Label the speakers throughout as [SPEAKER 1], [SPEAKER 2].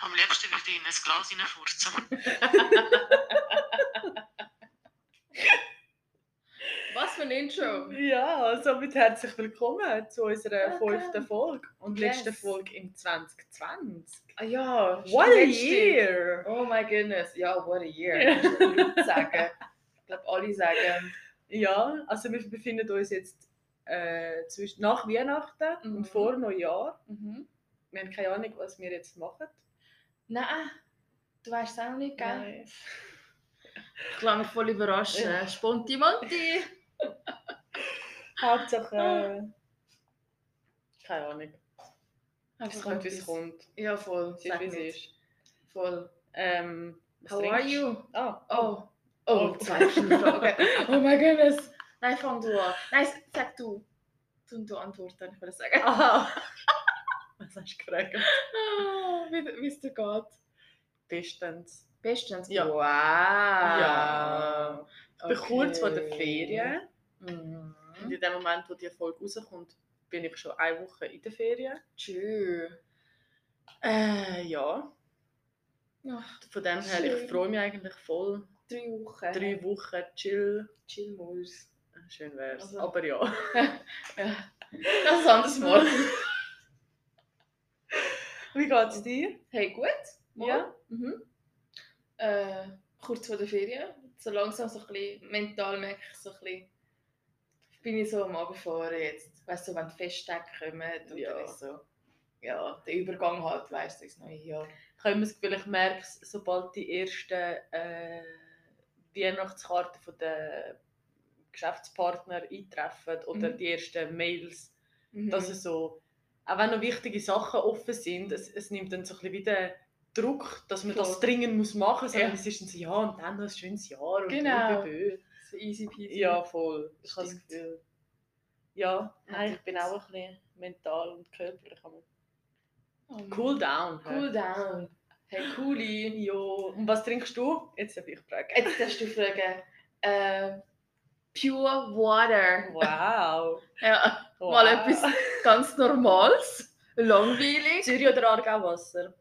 [SPEAKER 1] Am liebsten würde ich ihnen ein Glas reinfurzen.
[SPEAKER 2] Was für ein Intro.
[SPEAKER 3] Ja, somit herzlich willkommen zu unserer
[SPEAKER 2] Welcome.
[SPEAKER 3] fünften Folge und letzten
[SPEAKER 2] Yes.
[SPEAKER 3] Folge im 2020.
[SPEAKER 2] Ah ja,
[SPEAKER 3] What a
[SPEAKER 2] die letzte.
[SPEAKER 3] year!
[SPEAKER 2] Oh my goodness, ja, what a year.
[SPEAKER 3] Ja.
[SPEAKER 2] Das ist gut sagen. Ich glaube, alle sagen.
[SPEAKER 3] Ja, also wir befinden uns jetzt äh, zwischen, nach Weihnachten
[SPEAKER 2] Mhm.
[SPEAKER 3] und vor Neujahr.
[SPEAKER 2] Mhm.
[SPEAKER 3] Wir haben keine Ahnung, was wir jetzt machen.
[SPEAKER 2] Nein, du weißt es auch nicht, gell?
[SPEAKER 3] Nein.
[SPEAKER 2] Ich lasse mich voll überraschen.
[SPEAKER 3] Ja.
[SPEAKER 2] Spontimonti.
[SPEAKER 3] Hauptsache.
[SPEAKER 2] Ah.
[SPEAKER 3] Äh, keine Ahnung. Es kommt, wie es kommt.
[SPEAKER 2] Ja, voll.
[SPEAKER 3] Es ist, wie es
[SPEAKER 2] nicht.
[SPEAKER 3] ist.
[SPEAKER 2] Voll.
[SPEAKER 3] Ähm, was
[SPEAKER 2] How
[SPEAKER 3] trinkst
[SPEAKER 2] are you?
[SPEAKER 3] Ah, oh.
[SPEAKER 2] Oh. Oh,
[SPEAKER 3] Oh.
[SPEAKER 2] zwei Fragen. Oh my goodness. Nein, fang du an. Nein, sag du. Du, du antworten, ich würde sagen.
[SPEAKER 3] Aha. was hast du gefragt?
[SPEAKER 2] Ah, wie wie es dir geht.
[SPEAKER 3] Bestens.
[SPEAKER 2] Bestens.
[SPEAKER 3] Ja.
[SPEAKER 2] Wow.
[SPEAKER 3] Ja. Ich bin
[SPEAKER 2] Okay.
[SPEAKER 3] kurz vor der Ferien.
[SPEAKER 2] Mhm.
[SPEAKER 3] Und in dem Moment, wo die Folge rauskommt, bin ich schon eine Woche in der Ferien.
[SPEAKER 2] Tschö.
[SPEAKER 3] Äh, ja.
[SPEAKER 2] Ach,
[SPEAKER 3] Von dem her, ich
[SPEAKER 2] Schön.
[SPEAKER 3] freue mich eigentlich voll.
[SPEAKER 2] drei Wochen.
[SPEAKER 3] Drei Wochen chill.
[SPEAKER 2] Chill Moors.
[SPEAKER 3] Schön wär's.
[SPEAKER 2] Also-
[SPEAKER 3] Aber ja.
[SPEAKER 2] Ja. Das ist ein anderes Mal.
[SPEAKER 3] Wie geht's dir?
[SPEAKER 2] Hey, gut. Mal.
[SPEAKER 3] Ja.
[SPEAKER 2] Mhm. Äh, kurz vor der Ferien. So langsam so ein bisschen, mental merke ich so ein bisschen, bin ich so am Abfahren jetzt. Weißt du, so, wenn die Festtage kommen und
[SPEAKER 3] Ja.
[SPEAKER 2] dann ist so, ja, der Übergang halt, weißt du, ins neue Jahr.
[SPEAKER 3] Ich habe immer das Gefühl, ich merke es, sobald die ersten äh, Weihnachtskarten von den Geschäftspartner eintreffen oder
[SPEAKER 2] Mhm.
[SPEAKER 3] die ersten Mails
[SPEAKER 2] Mhm.
[SPEAKER 3] dass es so, auch wenn noch wichtige Sachen offen sind, es, es nimmt dann so ein bisschen wieder Druck, dass man das
[SPEAKER 2] Voll.
[SPEAKER 3] dringend muss machen muss, sondern
[SPEAKER 2] Ja.
[SPEAKER 3] es ist dann so, ja, und dann noch ein schönes Jahr und
[SPEAKER 2] Genau.
[SPEAKER 3] blablabla.
[SPEAKER 2] so easy peasy.
[SPEAKER 3] Ja, voll. Ich habe das
[SPEAKER 2] Stimmt.
[SPEAKER 3] Gefühl. Ja, nein, ich
[SPEAKER 2] das-
[SPEAKER 3] bin auch ein bisschen mental und körperlich am
[SPEAKER 2] Oh Mann.
[SPEAKER 3] Cool down.
[SPEAKER 2] Cool down. Hey, cooli.
[SPEAKER 3] Jo. Und was trinkst du? Jetzt habe ich gefragt.
[SPEAKER 2] Jetzt darfst du fragen. Äh, dus pure Water.
[SPEAKER 3] Wow.
[SPEAKER 2] Ja,
[SPEAKER 3] wow.
[SPEAKER 2] mal etwas ganz Normales. Langweilig.
[SPEAKER 3] Zürich oder Aargauwasser?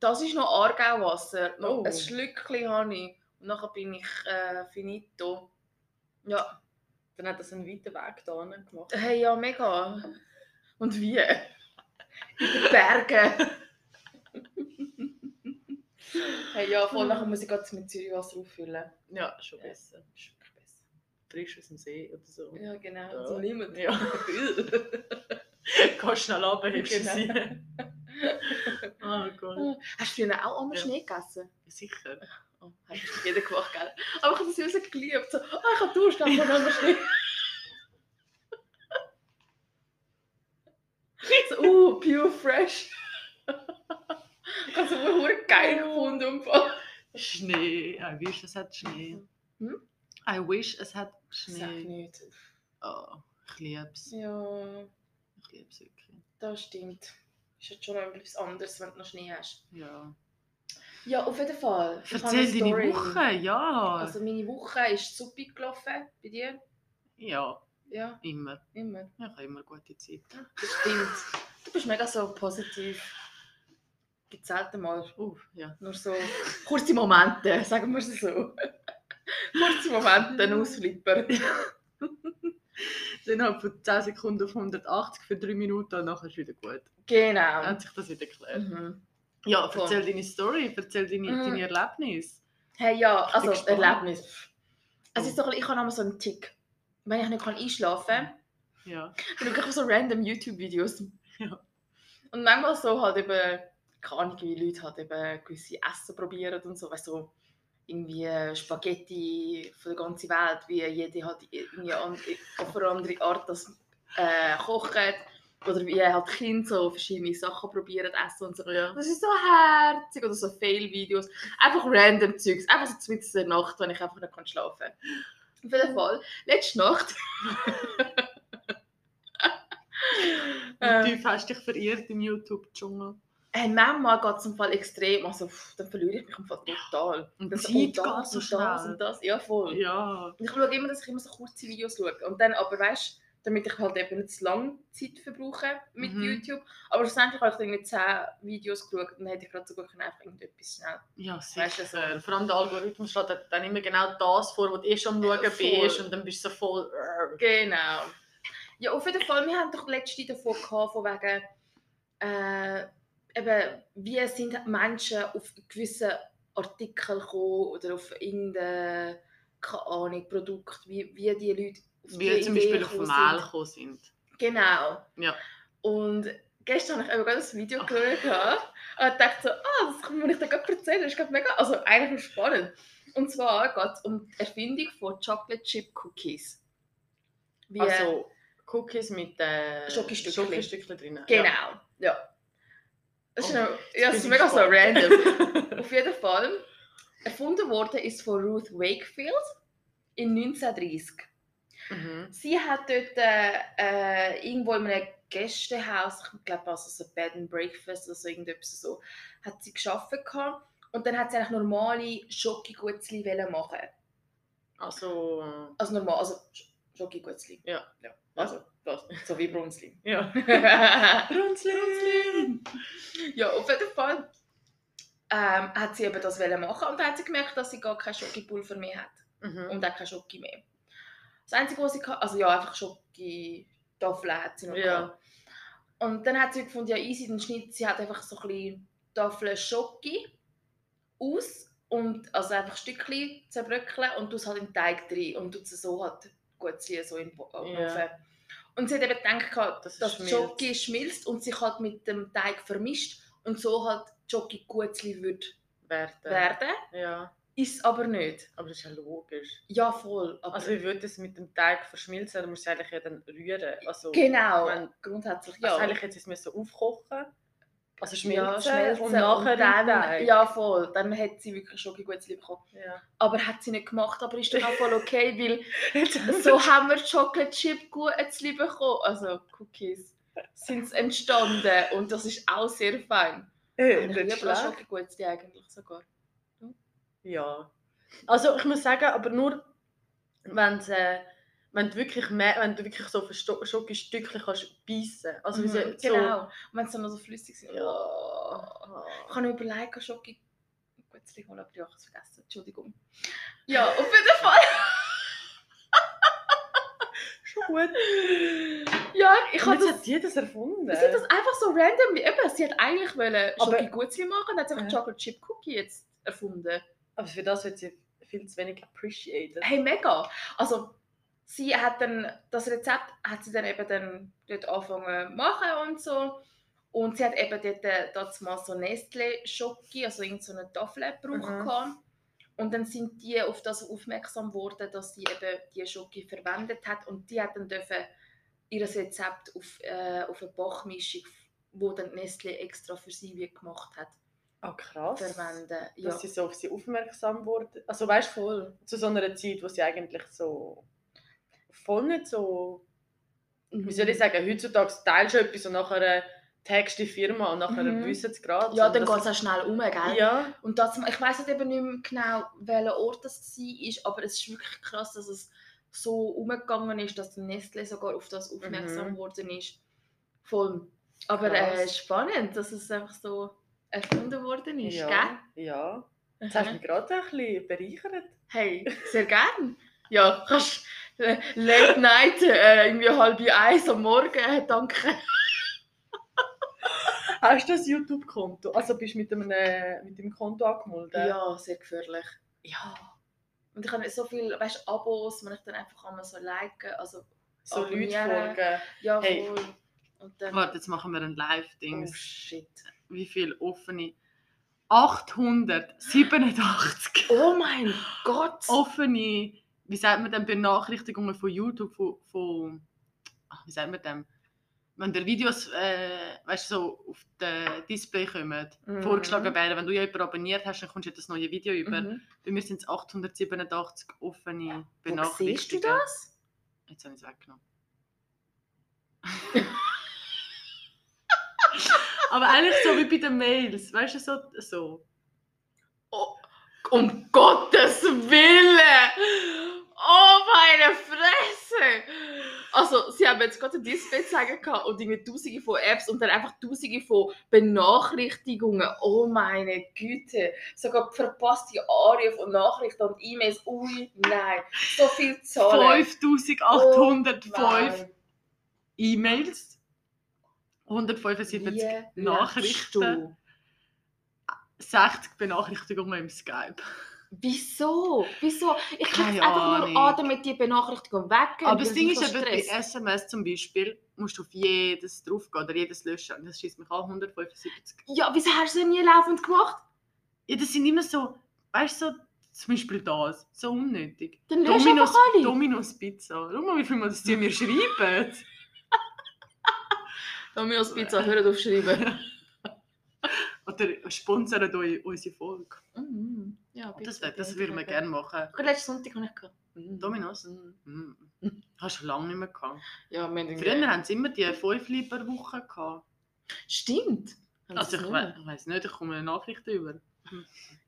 [SPEAKER 2] Das ist noch Aargauwasser. Noch
[SPEAKER 3] Oh.
[SPEAKER 2] ein Schlückchen habe ich. Und dann bin ich äh, finito. Ja,
[SPEAKER 3] Dann hat das einen weiten Weg da hinten gemacht.
[SPEAKER 2] hey, ja, mega. Und wie? In den Bergen. hey, ja, voll. Nachher muss ich gerade mit Zürichwasser auffüllen.
[SPEAKER 3] Ja, schon
[SPEAKER 2] Ja.
[SPEAKER 3] besser. Schon besser. Frisch aus dem See oder so.
[SPEAKER 2] Ja, genau.
[SPEAKER 3] Ja.
[SPEAKER 2] So niemand.
[SPEAKER 3] Ja. Gehst schnell ab, hilfst
[SPEAKER 2] Genau.
[SPEAKER 3] sie. Oh Gott.
[SPEAKER 2] Hast du früher auch einmal
[SPEAKER 3] Ja.
[SPEAKER 2] Schnee gegessen?
[SPEAKER 3] Sicher.
[SPEAKER 2] Oh, hat nicht jeder gemacht, gell? Aber ich habe das immer so geliebt. So, ah, ich habe Durst, dann kann man schnell. so, uh, pure fresh. ich habe es immer verdammt geil gefunden. im Fall.
[SPEAKER 3] Schnee. I wish es hat Schnee.
[SPEAKER 2] Hm?
[SPEAKER 3] I wish es hat
[SPEAKER 2] Sag
[SPEAKER 3] Schnee.
[SPEAKER 2] nicht.
[SPEAKER 3] Oh, ich lieb's.
[SPEAKER 2] Ja,
[SPEAKER 3] Ich lieb's wirklich.
[SPEAKER 2] das stimmt. Ist jetzt schon noch etwas anderes, wenn du noch Schnee hast.
[SPEAKER 3] Ja.
[SPEAKER 2] Ja, auf jeden Fall. Ich habe eine
[SPEAKER 3] Erzähl deine
[SPEAKER 2] Story.
[SPEAKER 3] Woche. Ja.
[SPEAKER 2] Also meine Woche ist super gelaufen bei dir.
[SPEAKER 3] ja,
[SPEAKER 2] Ja,
[SPEAKER 3] immer.
[SPEAKER 2] immer.
[SPEAKER 3] Ich habe immer gute Zeit.
[SPEAKER 2] Das stimmt. Du bist mega so positiv. Gibt selten mal
[SPEAKER 3] Uff, ja.
[SPEAKER 2] nur so kurze Momente, sagen wir es so. Kurze Momente, ein Ausflipper.
[SPEAKER 3] Innerhalb von 10 Sekunden auf 180 für 3 Minuten und nachher ist wieder gut. Dann
[SPEAKER 2] Genau.
[SPEAKER 3] hat sich das wieder geklärt. Mm.
[SPEAKER 2] Mhm.
[SPEAKER 3] Ja,
[SPEAKER 2] Voll.
[SPEAKER 3] erzähl deine Story, erzähl deine,
[SPEAKER 2] Mhm.
[SPEAKER 3] deine Erlebnisse.
[SPEAKER 2] Hey, ja,
[SPEAKER 3] Ich bin
[SPEAKER 2] also
[SPEAKER 3] gespannt. Oh.
[SPEAKER 2] Erlebnis. Es ist so, ein bisschen- ich habe immer so einen Tick. Wenn ich nicht kann einschlafen kann,
[SPEAKER 3] Ja.
[SPEAKER 2] dann schaue ich auf so random YouTube-Videos.
[SPEAKER 3] Ja.
[SPEAKER 2] Und manchmal so halt eben, keine Ahnung, wie Leute halt eben gewisse Essen probieren und so, weißt du, so irgendwie Spaghetti von der ganzen Welt, wie jede halt irgendwie andere, auf eine andere Art das äh, kocht. Oder wie halt Kinder so verschiedene Sachen probieren, essen und so.
[SPEAKER 3] ja.
[SPEAKER 2] Das ist so herzig oder so Fail-Videos. Einfach random Zeugs. Einfach so mitten in der Nacht, wenn ich einfach nicht kann schlafen kann. Auf jeden Fall, letzte Nacht.
[SPEAKER 3] Wie
[SPEAKER 2] ähm,
[SPEAKER 3] tief hast du dich verirrt im YouTube-Dschungel?
[SPEAKER 2] hey, Äh, manchmal geht es im Fall extrem. Also, pff, dann verliere ich mich im Fall total.
[SPEAKER 3] Und
[SPEAKER 2] Dann so,
[SPEAKER 3] die Zeit
[SPEAKER 2] oh,
[SPEAKER 3] geht
[SPEAKER 2] das
[SPEAKER 3] so
[SPEAKER 2] und das
[SPEAKER 3] schnell.
[SPEAKER 2] und das. Ja, voll.
[SPEAKER 3] Ja.
[SPEAKER 2] Und ich schaue immer, dass ich immer so kurze Videos schaue. Und dann aber, weißt damit ich halt eben nicht zu lange Zeit verbrauche mit
[SPEAKER 1] Mhm.
[SPEAKER 2] YouTube. Aber schlussendlich habe ich dann irgendwie 10 Videos geschaut und dann hätte ich gerade so gut können, einfach irgendetwas schnell.
[SPEAKER 3] Ja,
[SPEAKER 2] Weißt du,
[SPEAKER 3] sicher.
[SPEAKER 1] also
[SPEAKER 3] Vor allem der Algorithmus schlägt
[SPEAKER 1] halt
[SPEAKER 3] dir dann immer genau das vor, was du eh schon am Schauen
[SPEAKER 2] Ja, voll.
[SPEAKER 3] bist und dann bist du so voll...
[SPEAKER 1] äh,
[SPEAKER 2] Genau. nou. Ja, auf jeden Fall, wir haben doch letzte davon gehabt, von wegen, äh, eben, wie sind Menschen auf gewisse Artikel gekommen oder auf irgendein, keine Ahnung, Produkt, wie, wie die Leute auf
[SPEAKER 3] Wie zum Beispiel auf
[SPEAKER 2] gekommen
[SPEAKER 3] Mehl
[SPEAKER 2] sind.
[SPEAKER 3] gekommen sind.
[SPEAKER 2] Genau.
[SPEAKER 3] Ja.
[SPEAKER 2] Und gestern habe ich eben gerade das Video geschaut gehabt und dachte so, ah, das kann man euch dann gerade erzählen, das ist gerade mega, also eigentlich noch spannend. Und zwar geht es um die Erfindung von Chocolate Chip Cookies. Wie-
[SPEAKER 3] Also Cookies mit äh,
[SPEAKER 2] Schokostückchen.
[SPEAKER 3] Schokostückchen drin.
[SPEAKER 2] Genau, ja. Das ist,
[SPEAKER 3] Oh,
[SPEAKER 2] noch, ja,
[SPEAKER 3] bin
[SPEAKER 2] das ist
[SPEAKER 3] ich
[SPEAKER 2] mega so
[SPEAKER 3] gespannt.
[SPEAKER 2] random. Auf jeden Fall, erfunden worden ist von Ruth Wakefield in 1930.
[SPEAKER 3] Ja. mhm.
[SPEAKER 2] Sie hat dort äh, äh, irgendwo in einem Gästehaus, ich glaube, also so Bed and Breakfast oder so irgendetwas so, hat sie geschafft gehabt. Und dann hat sie eigentlich normale Schokogutzli wollen machen.
[SPEAKER 3] Also...
[SPEAKER 2] Also normal, also Sch- Schokogutzli.
[SPEAKER 3] Ja.
[SPEAKER 2] ja. Also, das, so wie Brunzli.
[SPEAKER 3] Ja.
[SPEAKER 2] Brunzli, Ja, auf jeden Fall ähm, hat sie eben das wollen machen und dann hat sie gemerkt, dass sie gar kein Schokipulver mehr hat
[SPEAKER 3] Mhm.
[SPEAKER 2] und auch kein Schoki mehr. Das Einzige, was sie hatte, also ja, einfach Schoki-Tafeln hat sie noch
[SPEAKER 3] Ja.
[SPEAKER 2] gehabt. Und dann hat sie halt gefunden, ja easy, dann schneidet sie halt einfach so ein bisschen Tafeln Schoki aus und also einfach Stückchen zerbröckeln und tust halt in den Teig drin und tut sie so halt gut ziehen, so in den Bo- äh,
[SPEAKER 3] Ja.
[SPEAKER 2] Ofen. Und sie hat eben gedacht, gehabt,
[SPEAKER 3] Dass es
[SPEAKER 2] dass die
[SPEAKER 3] schmilzt.
[SPEAKER 2] Schoki schmilzt und sich halt mit dem Teig vermischt und so halt Schoki gutzli wird
[SPEAKER 3] Werte.
[SPEAKER 2] werden.
[SPEAKER 3] Ja.
[SPEAKER 2] Ist aber nicht.
[SPEAKER 3] Aber das ist ja logisch.
[SPEAKER 2] Ja, voll. Aber
[SPEAKER 3] Also ich würde es mit dem Teig verschmilzen, dann musst du eigentlich ja dann rühren. Also,
[SPEAKER 2] Genau,
[SPEAKER 3] Wenn-
[SPEAKER 2] grundsätzlich
[SPEAKER 3] ja.
[SPEAKER 2] ja.
[SPEAKER 3] also eigentlich jetzt ist es aufkochen. Also schmelzen,
[SPEAKER 2] ja, schmelzen
[SPEAKER 3] und nachher in den Teig.
[SPEAKER 2] Ja, voll. Dann hat sie wirklich schon gutes Liebe bekommen.
[SPEAKER 3] ja.
[SPEAKER 2] Aber hat sie nicht gemacht, aber ist doch auch voll okay, weil so haben wir Chocolate Chip gutes Liebe bekommen. Also Cookies sind entstanden und das ist auch sehr fein. Ich
[SPEAKER 3] Äh, nicht
[SPEAKER 2] liebe auch
[SPEAKER 3] schlecht.
[SPEAKER 2] Schokolade gutes Liebe eigentlich sogar.
[SPEAKER 3] Ja. Also ich muss sagen, aber nur, wenn's, äh, wenn du wirklich mehr, wenn du wirklich so für Sto- Schokostückchen kannst beißen. Also wie
[SPEAKER 2] Mhm,
[SPEAKER 3] sie- so,
[SPEAKER 2] Genau. Und wenn sie dann noch so flüssig sind.
[SPEAKER 3] Ja.
[SPEAKER 2] Oh. Ich
[SPEAKER 3] Ah.
[SPEAKER 2] habe überlegt, Schokolade gutes Liebe holen, aber ich habe es vergessen. Entschuldigung. Ja, auf jeden Fall.
[SPEAKER 3] Schon gut.
[SPEAKER 2] Ja, ich
[SPEAKER 3] Ich
[SPEAKER 2] habe
[SPEAKER 3] habe
[SPEAKER 2] das
[SPEAKER 3] das jedes erfunden.
[SPEAKER 2] Sie hat das einfach so random wie eben. Sie hat eigentlich wollen
[SPEAKER 3] Aber-
[SPEAKER 2] Schoki Gutzli machen und hat einfach
[SPEAKER 3] Ja.
[SPEAKER 2] Chocolate Chip Cookie jetzt erfunden.
[SPEAKER 3] Aber für das wird sie viel zu wenig appreciated.
[SPEAKER 2] Hey, mega! Also, sie hat dann, das Rezept hat sie dann eben dann dort angefangen zu machen und so. Und sie hat eben dort, äh, dort mal so Nestle Schoki, also irgend so eine Tafel gebraucht.
[SPEAKER 3] Mhm.
[SPEAKER 2] gehabt. Und dann sind die auf das aufmerksam geworden, dass sie eben die Schoki verwendet hat. Und die hat dann dürfen ihr Rezept auf, äh, auf eine Bachmischung, wo dann Nestle extra für sie wie gemacht hat,
[SPEAKER 3] Ah, krass.
[SPEAKER 2] verwenden. Ja,
[SPEAKER 3] Dass sie so auf sie aufmerksam wurde. Also weißt du,
[SPEAKER 2] voll.
[SPEAKER 3] zu so einer Zeit, wo sie eigentlich so voll nicht so. Wie soll ich
[SPEAKER 2] Mhm.
[SPEAKER 3] sagen, heutzutage teilst du etwas und nachher äh, taggst die Firma und nachher
[SPEAKER 2] Mhm.
[SPEAKER 3] wissen sie gerade.
[SPEAKER 2] Ja, dann
[SPEAKER 3] sondern
[SPEAKER 2] geht
[SPEAKER 3] das-
[SPEAKER 2] es auch schnell um, gell?
[SPEAKER 3] Ja,
[SPEAKER 2] Und das, ich weiß eben nicht mehr genau, welcher Ort das war, aber es ist wirklich krass, dass es so umgegangen ist, dass Nestle sogar auf das aufmerksam
[SPEAKER 3] Mhm.
[SPEAKER 2] geworden ist. Voll. Aber
[SPEAKER 3] Krass.
[SPEAKER 2] äh, spannend, dass es einfach so erfunden worden ist, gell?
[SPEAKER 3] ja, ja. Jetzt hast du
[SPEAKER 2] Mhm.
[SPEAKER 3] mich gerade ein bisschen bereichert.
[SPEAKER 2] Hey, sehr gern. Ja, kannst äh, Late Night, äh, irgendwie halb eins am Morgen, äh, danke.
[SPEAKER 3] Hast du das YouTube-Konto? Also bist du mit dem, äh, mit dem Konto angemeldet?
[SPEAKER 2] Ja, sehr gefährlich.
[SPEAKER 3] ja.
[SPEAKER 2] Und ich habe so viele, weißt du, Abos, wenn ich dann einfach einmal so liken, also
[SPEAKER 3] So Leute
[SPEAKER 2] Abonnieren.
[SPEAKER 3] folgen.
[SPEAKER 2] ja,
[SPEAKER 3] Hey.
[SPEAKER 2] voll. Und dann,
[SPEAKER 1] Warte, jetzt machen wir ein
[SPEAKER 2] oh
[SPEAKER 1] Live-Ding.
[SPEAKER 2] shit.
[SPEAKER 1] Wie viel offene? 887
[SPEAKER 2] Oh mein Gott!
[SPEAKER 1] offene, wie sagt man denn, Benachrichtigungen von YouTube, von, von ach, wie sagt man denn, wenn der Videos, äh, weißt du, so auf den Display kommen,
[SPEAKER 2] Mhm.
[SPEAKER 1] vorgeschlagen werden, wenn du ja jemanden abonniert hast, dann kommst du ja das neue Video über.
[SPEAKER 2] Mhm.
[SPEAKER 1] Bei mir sind es 887 offene
[SPEAKER 2] Wo
[SPEAKER 1] Benachrichtigungen.
[SPEAKER 2] siehst du das?
[SPEAKER 1] Jetzt habe ich es weggenommen. Aber eigentlich so wie bei den Mails, weißt du, so. so.
[SPEAKER 2] Um Gottes Willen! Oh meine Fresse! Also, sie haben jetzt gerade ein Display zeigen gehabt und irgendwie tausende von Apps und dann einfach tausende von Benachrichtigungen. Oh meine Güte! Sogar verpasste Anrufe und Nachrichten und E-Mails. Ui, nein! So viel Zahlen.
[SPEAKER 1] 5805
[SPEAKER 2] Nein.
[SPEAKER 1] E-Mails, 175
[SPEAKER 2] Wie
[SPEAKER 1] Nachrichten.
[SPEAKER 2] lebst du?
[SPEAKER 1] 60 Benachrichtigungen im Skype.
[SPEAKER 2] Wieso? Wieso? Ich kann
[SPEAKER 1] Keine
[SPEAKER 2] einfach nur
[SPEAKER 1] Ahnung.
[SPEAKER 2] an, damit die Benachrichtigung weggehen.
[SPEAKER 1] Aber das Ah, dus Ding ist eben, bei
[SPEAKER 2] eben...
[SPEAKER 1] SMS zum Beispiel musst du auf jedes draufgehen oder jedes löschen. Und Das schießt mich auch 175.
[SPEAKER 2] Ja, wieso hast du es nie laufend gemacht?
[SPEAKER 1] Ja, das sind immer so, weißt du, so, zum Beispiel das, so unnötig.
[SPEAKER 2] Dann lösch
[SPEAKER 1] Dominos,
[SPEAKER 2] einfach alle.
[SPEAKER 1] Dominos Pizza. Schau mal, wie viel mal das die mir schreiben.
[SPEAKER 2] Dominos Pizza, hört auf schreiben.
[SPEAKER 1] Oder sponsern euch unsere Folge.
[SPEAKER 2] Mhm. ja, bitte,
[SPEAKER 1] Oh, Das, wär- das
[SPEAKER 2] bitte,
[SPEAKER 1] würden wir
[SPEAKER 2] bitte.
[SPEAKER 1] gerne machen.
[SPEAKER 2] Gerade letzten Sonntag habe ich gehabt.
[SPEAKER 1] Dominos?
[SPEAKER 2] Mhm.
[SPEAKER 1] Hm. Hast du schon lange nicht mehr gehabt.
[SPEAKER 2] Ja, wir haben irgendwie-
[SPEAKER 1] Früher haben sie immer die 5 Lieber Woche gehabt.
[SPEAKER 2] Stimmt. Haben
[SPEAKER 1] Also
[SPEAKER 2] sie
[SPEAKER 1] ich,
[SPEAKER 2] das
[SPEAKER 1] we ich weiß nicht, ich komme eine Nachricht über.
[SPEAKER 2] nicht?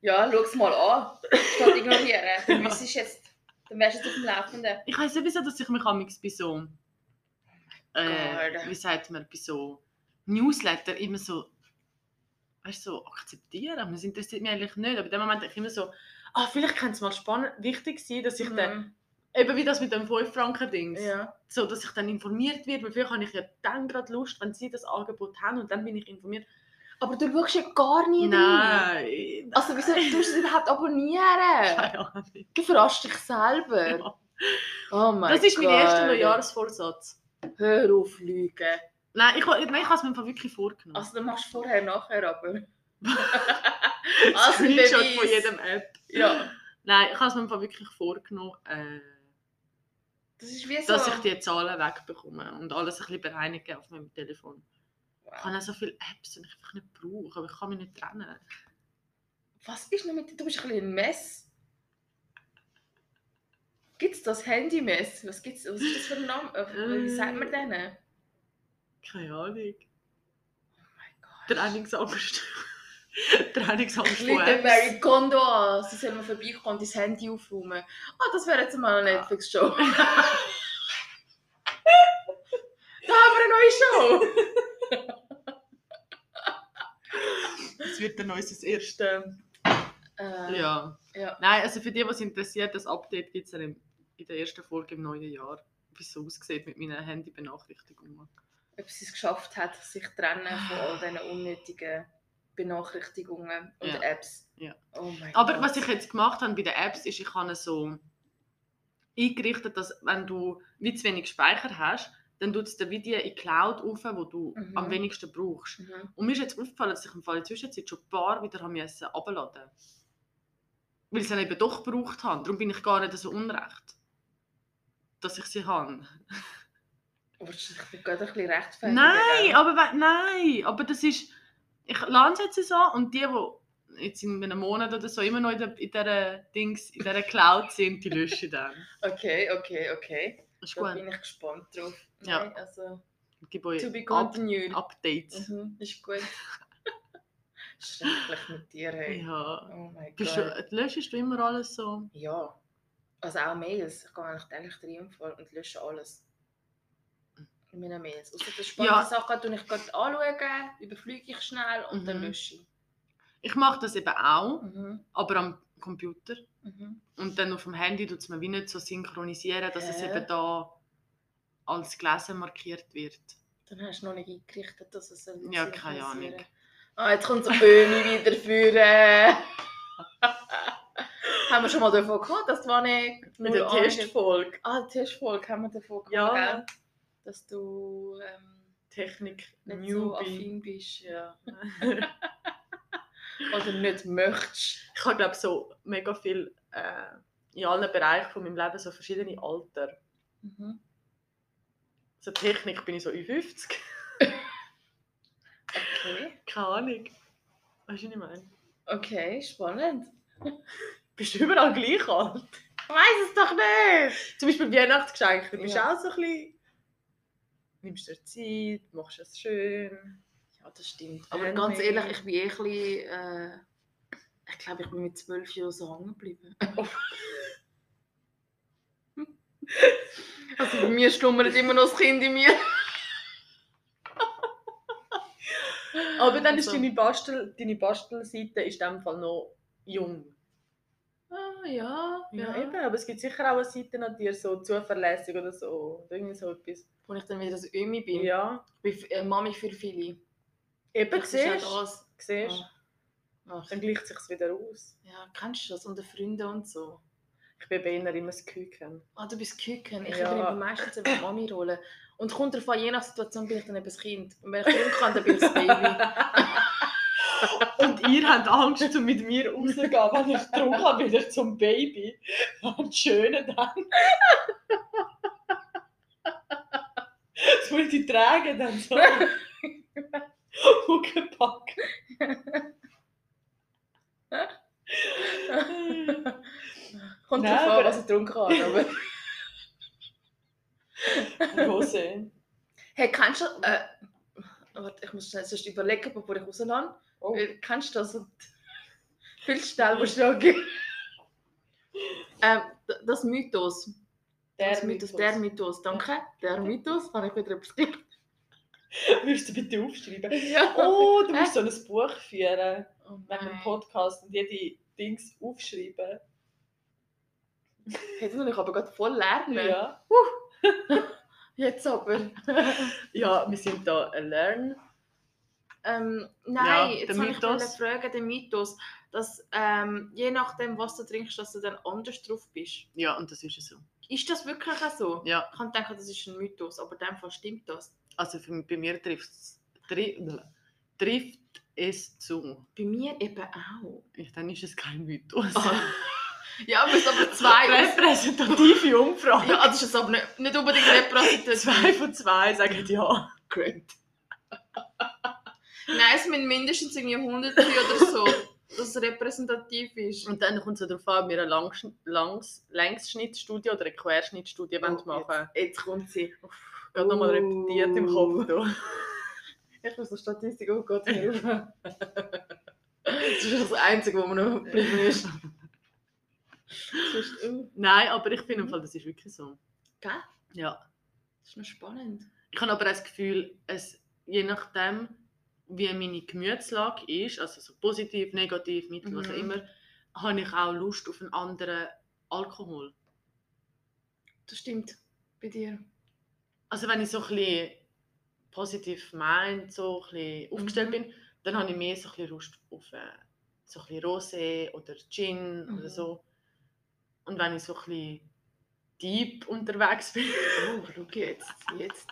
[SPEAKER 2] Ja, schau es mal an. Statt ignorieren. Dann müsstest du jetzt... Dann wärst du jetzt auf dem Laufenden.
[SPEAKER 1] Ich weiß sowieso, dass ich mich amigs bei so. Äh,
[SPEAKER 2] Gott.
[SPEAKER 1] wie sagt man, bei so Newsletter immer so. Weißt du, so akzeptieren. Aber Das interessiert mich eigentlich nicht. Aber in dem Moment denke ich immer so, ah, vielleicht könnte es mal spannend, wichtig sein, dass ich
[SPEAKER 2] Mhm.
[SPEAKER 1] dann. Eben wie das mit dem 5-Franken-Dings.
[SPEAKER 2] Ja.
[SPEAKER 1] So, dass ich dann informiert werde. Weil vielleicht habe ich ja dann gerade Lust, wenn sie das Angebot haben und dann bin ich informiert.
[SPEAKER 2] Aber du schaust ja gar nie rein.
[SPEAKER 1] Nein!
[SPEAKER 2] Mhm. Also oh wieso tust du es überhaupt abonnieren?
[SPEAKER 1] Keine Ahnung.
[SPEAKER 2] Du verarschst dich selber.
[SPEAKER 1] Ja.
[SPEAKER 2] Oh mein
[SPEAKER 1] Das ist mein erster
[SPEAKER 2] Gott.
[SPEAKER 1] Neujahrsvorsatz.
[SPEAKER 2] Hör auf, lügen.
[SPEAKER 1] Nein, ich, nein, ich habe es mir im Fall wirklich vorgenommen.
[SPEAKER 2] Also dann machst du vorher, nachher aber.
[SPEAKER 1] Als
[SPEAKER 2] Also, Beweis.
[SPEAKER 1] Screenshot von jedem App.
[SPEAKER 2] Ja.
[SPEAKER 1] Nein, ich habe es mir im Fall wirklich vorgenommen, äh,
[SPEAKER 2] Das ist wie so...
[SPEAKER 1] dass ich die Zahlen wegbekomme und alles ein bisschen bereinigen auf meinem Telefon. Ich habe auch so viele Apps, die ich einfach nicht brauche, aber ich kann mich nicht trennen.
[SPEAKER 2] Was ist noch mit dir? Du bist ein bisschen ein Mess. Gibt es das Handymess? Was, gibt's, was ist das für ein Name? Äh, Wie
[SPEAKER 1] Ähm.
[SPEAKER 2] sagt man denen?
[SPEAKER 1] Keine Ahnung.
[SPEAKER 2] Der
[SPEAKER 1] Trainingsangst. Trainingsangst
[SPEAKER 2] ich
[SPEAKER 1] von
[SPEAKER 2] lüge
[SPEAKER 1] Apps.
[SPEAKER 2] Mary Kondo an. Sie soll mal vorbeikommen und dein Handy aufräumen. Ah, das wäre jetzt mal eine Netflix-Show. da haben wir eine neue Show.
[SPEAKER 1] Das wird dann unser erstes.
[SPEAKER 2] Äh,
[SPEAKER 1] Ja.
[SPEAKER 2] Ja.
[SPEAKER 1] Nein, also für die, was interessiert, das Update gibt es dann im- in der ersten Folge im neuen Jahr. Wie es so aussieht mit meinen Handy-Benachrichtigungen.
[SPEAKER 2] Ob sie es geschafft hat, sich zu trennen von all diesen unnötigen Benachrichtigungen und
[SPEAKER 1] Ja.
[SPEAKER 2] Apps.
[SPEAKER 1] Ja.
[SPEAKER 2] Oh mein
[SPEAKER 1] Aber
[SPEAKER 2] Gott.
[SPEAKER 1] was ich jetzt gemacht habe bei den Apps, ist, ich habe so eingerichtet, dass wenn du wie zu wenig Speicher hast, dann tut es dir wie die in die Cloud auf, wo du
[SPEAKER 2] Mhm.
[SPEAKER 1] am wenigsten brauchst.
[SPEAKER 2] Mhm.
[SPEAKER 1] Und mir ist jetzt aufgefallen, dass ich im Fall in der Zwischenzeit schon ein paar wieder haben müssen runterladen. Weil ich sie dann eben doch gebraucht habe. Darum bin ich gar nicht so unrecht, dass ich sie habe.
[SPEAKER 2] Willst du dich gerade ein bisschen rechtfertigen?
[SPEAKER 1] Nein, aber we- nein, aber das ist, ich lerne jetzt so und die, die jetzt in einem Monat oder so immer noch in der, in dieser Dings, in dieser Cloud sind, die lösche ich dann.
[SPEAKER 2] Okay, okay, okay.
[SPEAKER 1] Ist
[SPEAKER 2] Da
[SPEAKER 1] gut.
[SPEAKER 2] bin ich gespannt drauf.
[SPEAKER 1] Ja.
[SPEAKER 2] Nein, also,
[SPEAKER 1] Ich gebe
[SPEAKER 2] to be
[SPEAKER 1] euch Up
[SPEAKER 2] continued.
[SPEAKER 1] Updates.
[SPEAKER 2] Mhm, ist gut. Schrecklich mit dir, hey.
[SPEAKER 1] Ja.
[SPEAKER 2] Oh mein
[SPEAKER 1] Bist
[SPEAKER 2] Gott.
[SPEAKER 1] du, löschst du immer alles so?
[SPEAKER 2] Ja. Also auch Mails. Ich gehe eigentlich täglich rein und voll- und lösche alles. In meinen Mails. Außer die spannenden
[SPEAKER 1] Ja.
[SPEAKER 2] Sachen tue ich gerade anschauen, überfliege ich schnell und dann
[SPEAKER 1] Mhm.
[SPEAKER 2] lösche ich.
[SPEAKER 1] Ich mache das eben auch,
[SPEAKER 2] Mhm.
[SPEAKER 1] aber am Computer.
[SPEAKER 2] Mhm.
[SPEAKER 1] Und dann auf dem Handy tut es mir wie nicht so synchronisieren, dass es
[SPEAKER 2] Hä?
[SPEAKER 1] eben da als gelesen markiert wird.
[SPEAKER 2] Dann hast du noch nicht eingerichtet, dass es soll
[SPEAKER 1] Ja, keine
[SPEAKER 2] synchronisieren.
[SPEAKER 1] Ahnung.
[SPEAKER 2] Ah, jetzt kommt so Böhmi wieder führen. haben wir schon mal davon gehört, dass du nicht
[SPEAKER 1] Mit der Testfolge.
[SPEAKER 2] Ah, die Testfolge haben wir davon
[SPEAKER 1] Ja.
[SPEAKER 2] gehört, gell? dass du ähm,
[SPEAKER 1] Technik,
[SPEAKER 2] nicht so
[SPEAKER 1] Newbie.
[SPEAKER 2] affin bist
[SPEAKER 1] ja.
[SPEAKER 2] oder nicht möchtest.
[SPEAKER 1] ich habe glaube so mega viel äh, in allen Bereichen von meinem Leben so verschiedene Alter. Mhm. So
[SPEAKER 3] Also
[SPEAKER 1] Technik bin ich so 50.
[SPEAKER 2] Okay.
[SPEAKER 1] Keine Ahnung. Weißt du, was ich meine?
[SPEAKER 2] okay, spannend.
[SPEAKER 1] Bist du überall gleich alt?
[SPEAKER 2] Ich weiß es doch nicht!
[SPEAKER 1] Zum Beispiel Weihnachtsgeschenke. Du bist
[SPEAKER 2] Ja.
[SPEAKER 1] auch so ein bisschen... Nimmst dir Zeit, machst es schön.
[SPEAKER 2] Ja, das stimmt.
[SPEAKER 1] Aber
[SPEAKER 2] Aber
[SPEAKER 1] ganz
[SPEAKER 2] ganz ehrlich, ich bin eh ein bisschen. äh, ich glaube, ich bin mit zwölf Jahren so hängen geblieben. Also bei mir schlummert immer noch das Kind in mir.
[SPEAKER 3] Aber dann ist
[SPEAKER 2] Also.
[SPEAKER 3] deine, Bastel, deine Bastelseite ist in dem Fall noch jung.
[SPEAKER 2] Ah, ja,
[SPEAKER 3] Ja. eben. Aber es gibt sicher auch eine Seite an dir, so zuverlässig oder so. oder Irgendwie so etwas.
[SPEAKER 2] Wo ich dann wieder so Ömi bin.
[SPEAKER 3] Ja.
[SPEAKER 2] Ich bin äh, Mami für viele.
[SPEAKER 3] Eben,
[SPEAKER 2] Das ist ja Ah.
[SPEAKER 3] siehst du.
[SPEAKER 2] das.
[SPEAKER 3] Siehst du.
[SPEAKER 2] Ach,
[SPEAKER 3] Dann gleicht es sich wieder aus.
[SPEAKER 2] ja, kennst du das? Unter Freunden und so.
[SPEAKER 3] Ich bin bei ihnen immer das Küken.
[SPEAKER 2] Ah, du bist Küken. Ich
[SPEAKER 3] Ja.
[SPEAKER 2] bin eben meistens eben Mami-Rolle. Und kommt darauf an, je nach Situation bin ich dann eben das Kind. Und wenn ich jung kann, dann bin ich das Baby.
[SPEAKER 1] Und ihr habt Angst, um mit mir rauszugehen. Wenn ich drum habe, bin ich zum Baby. Und schöne dann. Das muss ich die tragen dann so. Huckepack.
[SPEAKER 3] Kommt
[SPEAKER 1] Nein,
[SPEAKER 3] drauf an,
[SPEAKER 1] aber-
[SPEAKER 3] was ich getrunken habe. Aber
[SPEAKER 1] Hose.
[SPEAKER 2] Hey, kennst du das? Äh, warte, ich muss schnell sonst überlegen, bevor ich rauslande.
[SPEAKER 1] Oh.
[SPEAKER 2] Äh, Kennst du das? Und viel schnell, wo ich ähm, d- Das Mythos. das Mythos. Der Mythos, danke. Der Mythos, habe ich wieder etwas gesagt.
[SPEAKER 1] Würdest du bitte aufschreiben?
[SPEAKER 2] Ja.
[SPEAKER 1] Oh, du musst so ein Buch führen.
[SPEAKER 2] Oh
[SPEAKER 1] Wegen dem
[SPEAKER 2] nein.
[SPEAKER 1] Podcast und jede Dings aufschreiben.
[SPEAKER 2] Jetzt muss ich aber gerade voll lernen.
[SPEAKER 1] Ja.
[SPEAKER 2] Jetzt aber.
[SPEAKER 3] ja, wir sind da
[SPEAKER 1] äh,
[SPEAKER 3] ein Learn.
[SPEAKER 2] Ähm,
[SPEAKER 1] Ja,
[SPEAKER 2] nein,
[SPEAKER 1] der
[SPEAKER 2] jetzt habe ich
[SPEAKER 1] Mythos.
[SPEAKER 2] eine Frage, den Mythos, dass ähm, je nachdem, was du trinkst, dass du dann anders drauf bist.
[SPEAKER 1] ja, und das ist es so.
[SPEAKER 2] Ist das wirklich auch so?
[SPEAKER 1] Ja.
[SPEAKER 2] Ich kann denken, das ist ein Mythos, aber in dem Fall stimmt das.
[SPEAKER 1] Also für, bei mir trifft's, tri, trifft es zu.
[SPEAKER 2] Bei mir eben auch.
[SPEAKER 1] Ich, dann ist es kein
[SPEAKER 3] Oh,
[SPEAKER 1] Mythos.
[SPEAKER 2] ja, aber es sind aber zwei.
[SPEAKER 1] Repräsentative Umfrage.
[SPEAKER 2] ja, das ist jetzt aber nicht, nicht unbedingt repräsentativ.
[SPEAKER 1] Zwei von zwei sagen ja.
[SPEAKER 2] Great. Nein, es müssen mindestens irgendwie 100 sein oder so, dass es repräsentativ ist.
[SPEAKER 3] Und dann kommt es darauf an, ob wir eine Langs Langs Längsschnittstudie oder eine Querschnittstudie
[SPEAKER 2] Oh,
[SPEAKER 3] wollen machen
[SPEAKER 2] Jetzt kommt sie.
[SPEAKER 3] wollen. Gerade nochmal
[SPEAKER 2] Oh.
[SPEAKER 3] repetiert im Kopf. Da.
[SPEAKER 2] Ich muss so Statistik, oh Gott, hilf. das ist das Einzige, wo man noch geblieben ist. Sonst, oh,
[SPEAKER 1] Nein, aber ich finde im Fall, das ist wirklich so.
[SPEAKER 2] Gell?
[SPEAKER 1] Ja.
[SPEAKER 2] Das ist noch spannend.
[SPEAKER 1] Ich habe aber auch das Gefühl, es, je nachdem, wie meine Gemütslage ist, also so positiv, negativ, mittel, was auch
[SPEAKER 2] Mhm.
[SPEAKER 1] immer, habe ich auch Lust auf einen anderen Alkohol.
[SPEAKER 2] Das stimmt. Bei dir.
[SPEAKER 1] Also wenn ich so ein bisschen positiv mind, so ein bisschen aufgestellt
[SPEAKER 2] Mhm.
[SPEAKER 1] bin, dann habe ich mehr so ein bisschen Lust auf äh, so ein bisschen Rosé oder Gin
[SPEAKER 2] Mhm.
[SPEAKER 1] oder so. Und wenn ich so ein bisschen deep unterwegs bin,
[SPEAKER 2] Oh, schau jetzt. Jetzt.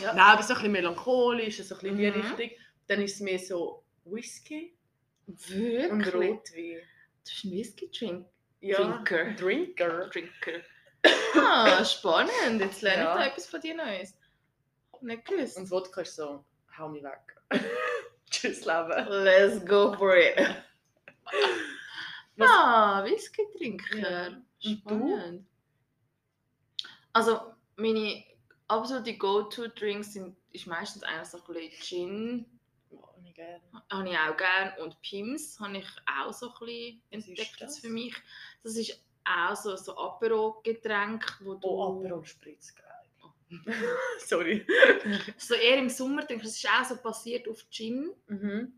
[SPEAKER 2] Ja.
[SPEAKER 1] nein, aber so ein bisschen melancholisch, so ein bisschen in die
[SPEAKER 2] Mhm.
[SPEAKER 1] Richtung, dann ist es mehr so Whisky und
[SPEAKER 2] Wirklich?
[SPEAKER 1] Rotwein.
[SPEAKER 2] Du bist ein Whisky-Drink.
[SPEAKER 3] Ja.
[SPEAKER 2] Drinker.
[SPEAKER 3] Drinker.
[SPEAKER 2] Drinker. Ah, spannend. Jetzt lerne
[SPEAKER 3] Ja.
[SPEAKER 2] ich da etwas von dir Neues. Nicht gewusst.
[SPEAKER 3] Und Wodka ist so, hau mich weg. Tschüss, Leben.
[SPEAKER 2] Let's go for it.
[SPEAKER 3] Was-
[SPEAKER 2] Ah, Whisky-Trinker.
[SPEAKER 1] Ja. Und du?
[SPEAKER 2] Spannend. Also, meine absolute Go-To-Drinks sind ist meistens einfach so ein bisschen Gin.
[SPEAKER 3] Oh, nicht gerne.
[SPEAKER 2] Habe ich auch gerne. Und Pims habe ich auch so ein bisschen
[SPEAKER 1] Was ist
[SPEAKER 2] entdeckt
[SPEAKER 1] das?
[SPEAKER 2] jetzt für mich. Das ist auch so ein so Apero-Getränk, wo du...
[SPEAKER 3] Oh, Aperol Spritz,
[SPEAKER 2] Oh.
[SPEAKER 3] geil. Sorry.
[SPEAKER 2] So eher im Sommer trinke ich. Es ist auch so basiert auf Gin
[SPEAKER 3] Mhm.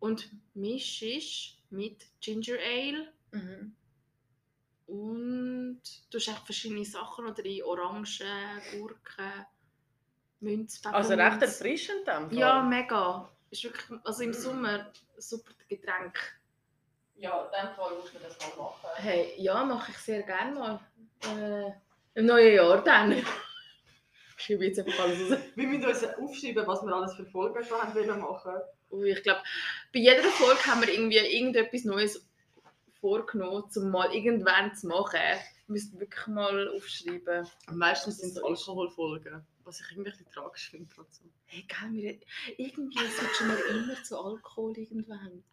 [SPEAKER 2] und mischst mit Ginger Ale
[SPEAKER 3] Mhm.
[SPEAKER 2] und du hast echt verschiedene Sachen noch drin. Orangen, Gurken, Münz,
[SPEAKER 3] Also
[SPEAKER 2] Pfefferminz.
[SPEAKER 3] recht erfrischend dann.
[SPEAKER 2] Ja, mega. Ist wirklich, also im Sommer ein super Getränk.
[SPEAKER 3] ja, in dem Fall muss man das mal machen.
[SPEAKER 2] Hey, ja, mache ich sehr gerne mal. Äh, Im neuen Jahr dann. Schreibe jetzt einfach alles raus.
[SPEAKER 1] Wir müssen uns aufschreiben, was wir alles für Folgen schon haben wollen machen.
[SPEAKER 2] Ui, Oh, ich glaube, bei jeder Folge haben wir irgendwie irgendetwas Neues vorgenommen, um mal irgendwann zu machen. Wir müssen wirklich mal aufschreiben.
[SPEAKER 1] Und meistens sind es
[SPEAKER 2] So ist-
[SPEAKER 1] Alkoholfolgen, was ich irgendwie ein bisschen tragisch finde. trotzdem.
[SPEAKER 2] Hey, gell, wir, irgendwie switchen wir immer zu Alkohol irgendwann.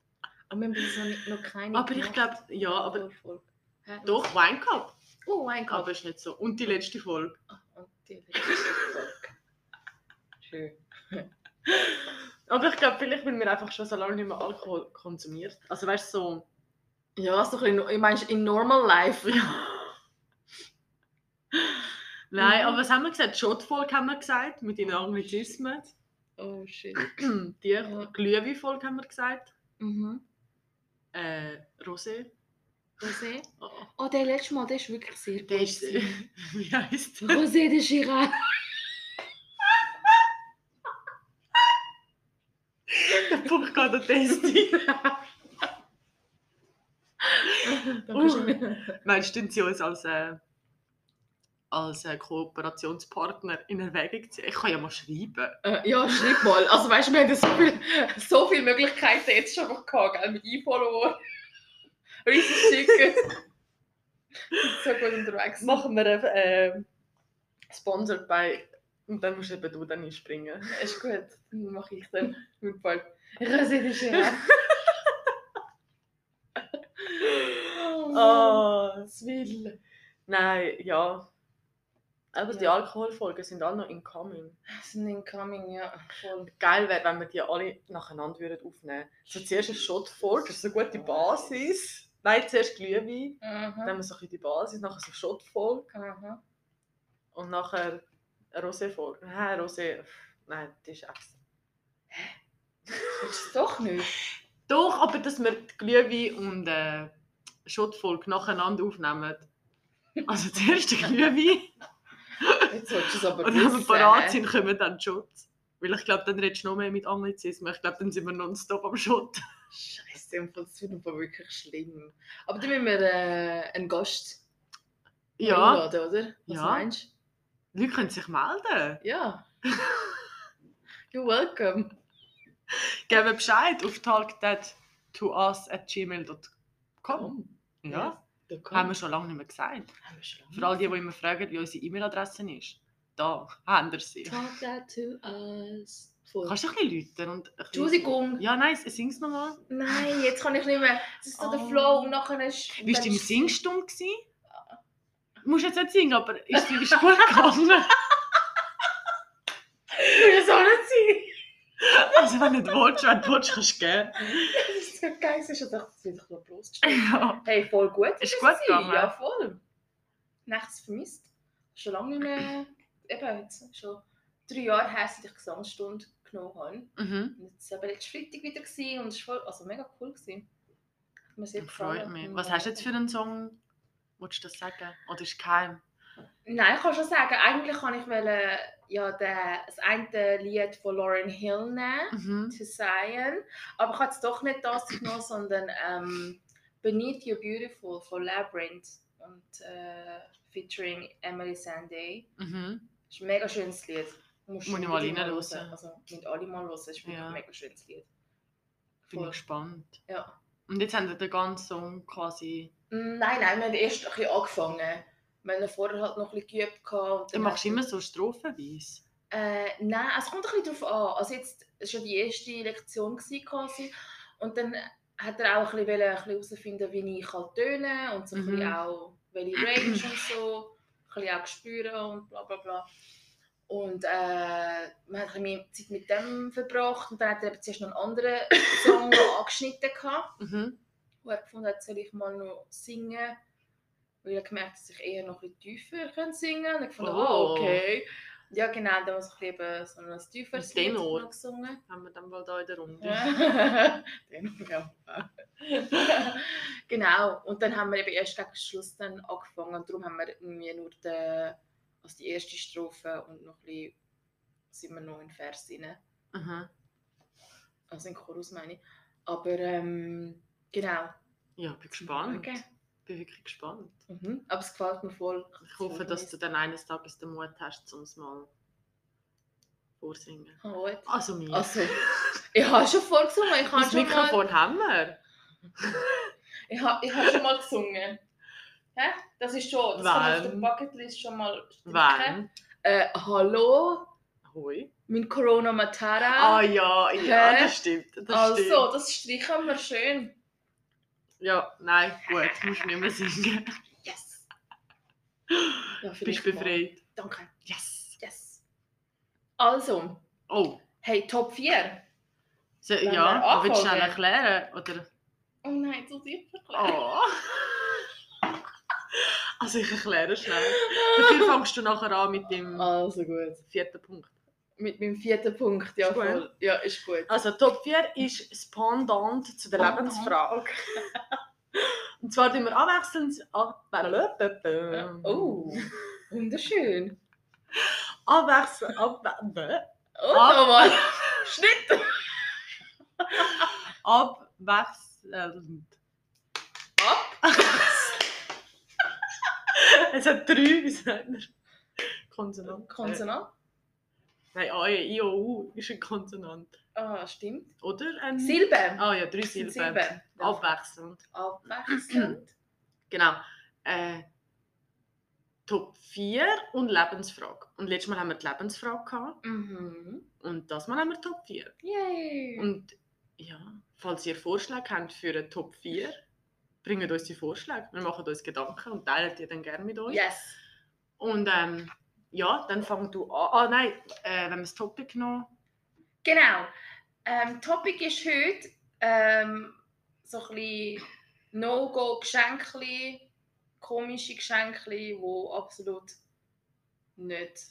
[SPEAKER 2] Aber wir haben bis jetzt noch, nicht- noch keine.
[SPEAKER 1] Aber ich glaube, ja, aber
[SPEAKER 2] Alkoholfolge. Hä?
[SPEAKER 1] doch, Wine Cup.
[SPEAKER 2] Oh mein Gott.
[SPEAKER 1] Aber ist nicht so. Und die letzte Folge.
[SPEAKER 2] Und die letzte Folge.
[SPEAKER 3] Schön. Aber ich glaube, vielleicht, weil wir einfach schon so lange nicht mehr Alkohol konsumiert.
[SPEAKER 1] Also weißt du, so.
[SPEAKER 2] Ja, so ein bisschen, ich meine, in normal life. Ja.
[SPEAKER 1] Nein,
[SPEAKER 2] Mhm.
[SPEAKER 1] aber was haben wir gesagt? Shotfolge haben wir gesagt, mit den Anglizismen.
[SPEAKER 2] Oh shit.
[SPEAKER 1] Die Glühweinfolge haben wir gesagt.
[SPEAKER 2] Mhm.
[SPEAKER 1] Äh, Rosé.
[SPEAKER 2] Rosé.
[SPEAKER 1] Oh,
[SPEAKER 2] Oh, der letzte Mal, der ist wirklich sehr gut.
[SPEAKER 1] der ist...
[SPEAKER 2] gewesen.
[SPEAKER 1] Wie heisst der?
[SPEAKER 2] Rosé de Chirac.
[SPEAKER 1] Der Punkt geht an Testi.
[SPEAKER 2] Oh. Dankeschön.
[SPEAKER 1] Meinst du, sie uns als, äh, als äh, Kooperationspartner in Erwägung ziehen? Ich kann ja mal schreiben.
[SPEAKER 2] Äh, ja, schreib mal. Also weißt du, wir haben ja so, viel, so viele Möglichkeiten jetzt schon einfach gehabt, gell? mit E-Follower, Reasons schicken. so gut unterwegs.
[SPEAKER 1] Machen wir äh, äh, Sponsored bei... Und dann musst eben du dann einspringen.
[SPEAKER 2] Ist gut, dann mache ich dann mit bald. Rosé de Chirac.
[SPEAKER 1] Oh, das will. Nein, ja. Aber die
[SPEAKER 2] Ja.
[SPEAKER 1] Alkoholfolgen sind alle noch incoming.
[SPEAKER 2] Das sind Incoming, ja, voll.
[SPEAKER 1] Geil wäre, wenn wir die alle nacheinander würden aufnehmen würden. So zuerst ein Shot vor, das ist eine
[SPEAKER 2] Oh,
[SPEAKER 1] gute Basis. Nein, zuerst Glühwein, dann
[SPEAKER 2] Aha,
[SPEAKER 1] haben wir so ein bisschen die Basis, nachher so Shot vor
[SPEAKER 2] aha.
[SPEAKER 1] und nachher eine Rosé vor. Nein, Rosé, pff, nein, das ist extra.
[SPEAKER 2] Willst du es doch nicht?
[SPEAKER 1] Doch, aber dass wir die Glühwein und äh, Schottfolge nacheinander aufnehmen. Also zuerst die Glühwein
[SPEAKER 2] Jetzt solltest du es aber
[SPEAKER 1] und wenn wir
[SPEAKER 2] wissen.
[SPEAKER 1] parat sind, kommen dann die Shots. Weil ich glaube, dann redest du noch mehr mit Anglizismen. Ich glaube, dann sind wir nonstop am Schott.
[SPEAKER 2] Scheiße, im Fall, das wird im Fall wirklich schlimm. Aber dann müssen wir äh, einen Gast
[SPEAKER 1] Ja,
[SPEAKER 2] einladen, oder? Was
[SPEAKER 1] Ja.
[SPEAKER 2] meinst du?
[SPEAKER 1] die Leute können sich melden.
[SPEAKER 2] Ja. You're welcome.
[SPEAKER 1] Geben Bescheid auf talkthattous at gmail.com. Ja,
[SPEAKER 2] Da
[SPEAKER 1] haben
[SPEAKER 2] kommen
[SPEAKER 1] wir schon lange nicht mehr gesagt.
[SPEAKER 2] Haben wir schon
[SPEAKER 1] Für all die, die immer fragen, wie unsere E-Mail-Adresse ist. Da haben wir sie.
[SPEAKER 2] Talk that to us. Voll.
[SPEAKER 1] Kannst du ein bisschen läuten und ein bisschen-
[SPEAKER 2] Entschuldigung.
[SPEAKER 1] Ja, nein, sing's nochmal.
[SPEAKER 2] Nein, jetzt kann ich nicht mehr. Das ist so der
[SPEAKER 1] Oh.
[SPEAKER 2] Flow und nachher ist...
[SPEAKER 1] Bist du im Singstum gsi? Du musst jetzt nicht singen, aber ist es ist gut gegangen.
[SPEAKER 2] Ich soll nicht
[SPEAKER 1] Also wenn du nicht willst, wenn du willst, kannst du geben.
[SPEAKER 2] sein. Das ist so geil. Ich dachte, das wird doch noch bloßgestellt.
[SPEAKER 1] Ja.
[SPEAKER 2] Hey, voll gut.
[SPEAKER 1] Ist
[SPEAKER 2] es
[SPEAKER 1] gut
[SPEAKER 2] gewesen.
[SPEAKER 1] gegangen.
[SPEAKER 2] Ja, voll. Nachts vermisst. Schon lange nicht mehr. Eben, jetzt schon drei Jahre her, seit ich Gesangsstunde genommen habe.
[SPEAKER 1] Mhm.
[SPEAKER 2] Und jetzt war letzten Freitag wieder gewesen und es war voll, also mega cool. Gewesen. Hat mir sehr
[SPEAKER 1] Das freut
[SPEAKER 2] gefallen.
[SPEAKER 1] mich.
[SPEAKER 2] Und,
[SPEAKER 1] Was
[SPEAKER 2] äh,
[SPEAKER 1] hast du jetzt für einen Song? Wolltest du das sagen? Oder ist es geheim?
[SPEAKER 2] Nein, ich kann schon sagen, eigentlich kann ich wollen, ja, den, das eine Lied von Lauren Hill nehmen,
[SPEAKER 1] Mhm.
[SPEAKER 2] To Zion. Aber ich habe jetzt doch nicht das genommen, sondern ähm, Beneath You Beautiful von Labyrinth und äh, featuring Emily Sanday.
[SPEAKER 1] Mhm.
[SPEAKER 2] Das ist ein mega schönes Lied.
[SPEAKER 1] Muss
[SPEAKER 2] Musst du
[SPEAKER 1] ich mal
[SPEAKER 2] unbedingt
[SPEAKER 1] reinhören.
[SPEAKER 2] hören. Also mit alle mal hören, es ist wirklich
[SPEAKER 1] Ja.
[SPEAKER 2] ein mega schönes Lied.
[SPEAKER 1] Bin
[SPEAKER 2] Voll.
[SPEAKER 1] ich gespannt.
[SPEAKER 2] Ja.
[SPEAKER 1] Und jetzt haben wir den ganzen Song quasi...
[SPEAKER 2] Mm, Nein, nein, wir haben erst ein bisschen angefangen. Wir haben vorher halt noch ein bisschen geübt. gehabt und
[SPEAKER 1] Du machst
[SPEAKER 2] haben-
[SPEAKER 1] immer so strophenweise.
[SPEAKER 2] Äh, nein, es kommt ein bisschen darauf an. Also jetzt es war ja die erste Lektion gewesen quasi. Und dann hat er auch ein bisschen, wollen, ein bisschen herausfinden, wie ich halt töne und so ein
[SPEAKER 1] Mhm.
[SPEAKER 2] bisschen auch, welche Range und so, ein bisschen auch spüren und bla bla bla. Und äh, man hat ein bisschen mehr Zeit mit dem verbracht und dann hat er eben zuerst noch einen anderen Song noch angeschnitten gehabt
[SPEAKER 1] Mhm.
[SPEAKER 2] wo er gefunden hat, soll ich mal noch singen, weil er gemerkt hat, dass ich eher noch ein bisschen tiefer kann singen kann. Und ich gefunden, oh.
[SPEAKER 1] Oh.
[SPEAKER 2] okay. Ja, genau, dann muss ich eben so ein tieferes
[SPEAKER 1] Ein Tenor.
[SPEAKER 2] noch gesungen.
[SPEAKER 1] Haben wir dann wohl hier in der Runde.
[SPEAKER 2] Ja. Tenor, ja. genau, und dann haben wir eben erst gegen Schluss dann angefangen und darum haben wir irgendwie nur den, also die erste Strophe und noch ein bisschen sind wir noch in den Vers rein
[SPEAKER 1] Mhm.
[SPEAKER 2] also in den Chorus meine ich. Aber ähm, genau.
[SPEAKER 1] Ja, bin gespannt.
[SPEAKER 2] Okay.
[SPEAKER 1] Bin wirklich gespannt.
[SPEAKER 2] Mhm. Aber es gefällt mir voll.
[SPEAKER 1] Ich hoffe, dass du dann eines Tages den Mut hast, um es mal vorsingen.
[SPEAKER 2] Ah, gut.
[SPEAKER 1] Also mir.
[SPEAKER 2] Also, ich habe schon vorgesungen. Ich habe
[SPEAKER 1] das
[SPEAKER 2] schon, mal,
[SPEAKER 1] Mikrofon haben wir.
[SPEAKER 2] ich habe, ich habe schon mal gesungen. Hä? Das ist schon, das kann auf der
[SPEAKER 1] Wann?
[SPEAKER 2] Bucketlist schon mal streichen.
[SPEAKER 1] Wann?
[SPEAKER 2] Äh, hallo,
[SPEAKER 1] Hoi.
[SPEAKER 2] mein Corona
[SPEAKER 1] Ah
[SPEAKER 2] Matara.
[SPEAKER 1] ja, ja,
[SPEAKER 2] Hä?
[SPEAKER 1] das stimmt. Das stimmt.
[SPEAKER 2] also, das streichen wir schön.
[SPEAKER 1] Ja, nein, gut, musst nicht mehr singen.
[SPEAKER 2] Yes. Ja,
[SPEAKER 1] Bist
[SPEAKER 2] vielleicht mal.
[SPEAKER 1] befreit.
[SPEAKER 2] Danke.
[SPEAKER 1] Yes.
[SPEAKER 2] Yes. Also,
[SPEAKER 1] Oh,
[SPEAKER 2] hey, Top 4.
[SPEAKER 1] so,
[SPEAKER 2] Wenn wir
[SPEAKER 1] ja, willst du schnell
[SPEAKER 2] anfangen?
[SPEAKER 1] erklären? Oder?
[SPEAKER 2] Oh nein, so tief verklärt.
[SPEAKER 1] Oh. Also ich erkläre schnell. Dafür fängst du nachher an mit dem
[SPEAKER 2] Also gut.
[SPEAKER 1] vierten Punkt.
[SPEAKER 2] Mit meinem vierten Punkt, ja
[SPEAKER 1] Ist gut.
[SPEAKER 2] voll. Ja, ist gut.
[SPEAKER 1] Also Top 4 ist das Pendant zu der
[SPEAKER 2] Pendant.
[SPEAKER 1] Lebensfrage. Und zwar tun wir abwechselnd, Ah, ab, Ähm.
[SPEAKER 2] Oh, wunderschön.
[SPEAKER 1] abwechselnd, ab,
[SPEAKER 2] Oh,
[SPEAKER 1] Ah.
[SPEAKER 2] Thomas! Schnitt!
[SPEAKER 1] abwechselnd.
[SPEAKER 2] Ab!
[SPEAKER 1] Es hat drei, wie sagt man? Konsonant.
[SPEAKER 2] Konsonant.
[SPEAKER 1] Äh, Nein, A, E, I, O, U ist ein Konsonant.
[SPEAKER 2] Ah, stimmt.
[SPEAKER 1] Oder? Ein
[SPEAKER 2] Silben.
[SPEAKER 1] Ah ja, drei
[SPEAKER 2] Das sind
[SPEAKER 1] Silben. Abwechselnd.
[SPEAKER 2] Abwechselnd.
[SPEAKER 1] Genau. Äh, Top 4 und Lebensfrage. Und letztes Mal haben wir die Lebensfrage gehabt.
[SPEAKER 2] Mhm.
[SPEAKER 1] Und das Mal haben wir Top 4.
[SPEAKER 2] Yay!
[SPEAKER 1] Und ja, falls ihr Vorschläge habt für einen Top 4, bringt uns die Vorschläge. Wir machen uns Gedanken und teilen die dann gerne mit euch.
[SPEAKER 2] yes!
[SPEAKER 1] Und ähm, ja, dann fang du an. Ah nein, äh, wenn wir das Topic noch.
[SPEAKER 2] Genau. Ähm, Topic ist heute ähm, so ein bisschen No-Go-Geschenke, komische Geschenke, die absolut nicht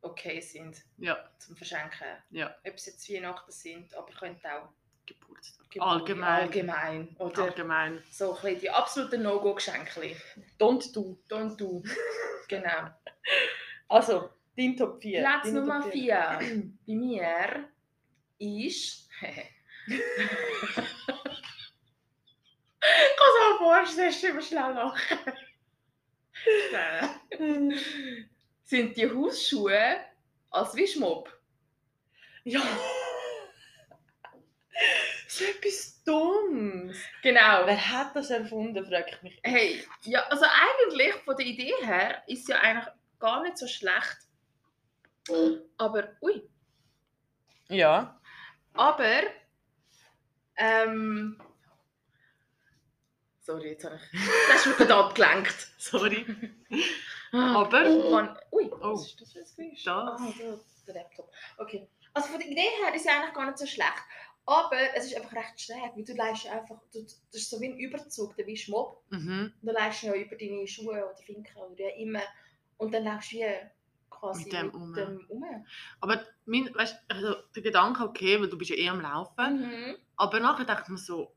[SPEAKER 2] okay sind
[SPEAKER 1] Ja,
[SPEAKER 2] zum Verschenken.
[SPEAKER 1] Ja.
[SPEAKER 2] Ob es jetzt Weihnachten sind, aber könnte auch
[SPEAKER 1] Geburtstag.
[SPEAKER 2] Geburt-
[SPEAKER 1] Allgemein.
[SPEAKER 2] Genau, allgemein oder
[SPEAKER 1] Allgemein.
[SPEAKER 2] so ein bisschen die absoluten No-Go-Geschenke.
[SPEAKER 1] Don't do.
[SPEAKER 2] Don't do. genau.
[SPEAKER 1] Also, dein Top 4.
[SPEAKER 2] Platz Nummer 4 bei mir ist. ich kann es mir vorstellen, es ist immer schnell lachen. Schnell. Sind die Hausschuhe als Wischmob?
[SPEAKER 1] Ja. so etwas Dummes.
[SPEAKER 2] Genau.
[SPEAKER 1] Wer hat das erfunden, frage ich mich.
[SPEAKER 2] Hey, ja, also eigentlich von der Idee her ist ja eigentlich gar nicht so schlecht. Aber, ui.
[SPEAKER 1] Ja.
[SPEAKER 2] Aber, ähm, sorry, jetzt habe ich, das ist mir gerade abgelenkt.
[SPEAKER 1] Sorry.
[SPEAKER 2] Ah,
[SPEAKER 1] Aber.
[SPEAKER 2] Mann, ui,
[SPEAKER 1] Oh.
[SPEAKER 2] was ist das für ein Geräusch?
[SPEAKER 1] Das.
[SPEAKER 2] Ah, da, der Laptop. Okay. Also von der Idee her ist ja eigentlich gar nicht so schlecht. Aber es ist einfach recht schräg, weil du leist ja einfach, du, das ist so wie ein Überzug, der wie Schmob.
[SPEAKER 1] Mhm.
[SPEAKER 2] Und dann leist du ja über deine Schuhe oder Finken oder wie auch immer. Und dann läufst du wie quasi um.
[SPEAKER 1] Mit dem um. rum.
[SPEAKER 2] rum.
[SPEAKER 1] Aber mein, weißt, also, der Gedanke, okay, weil du bist ja eh am Laufen.
[SPEAKER 2] Mhm.
[SPEAKER 1] Aber nachher dachte ich mir so,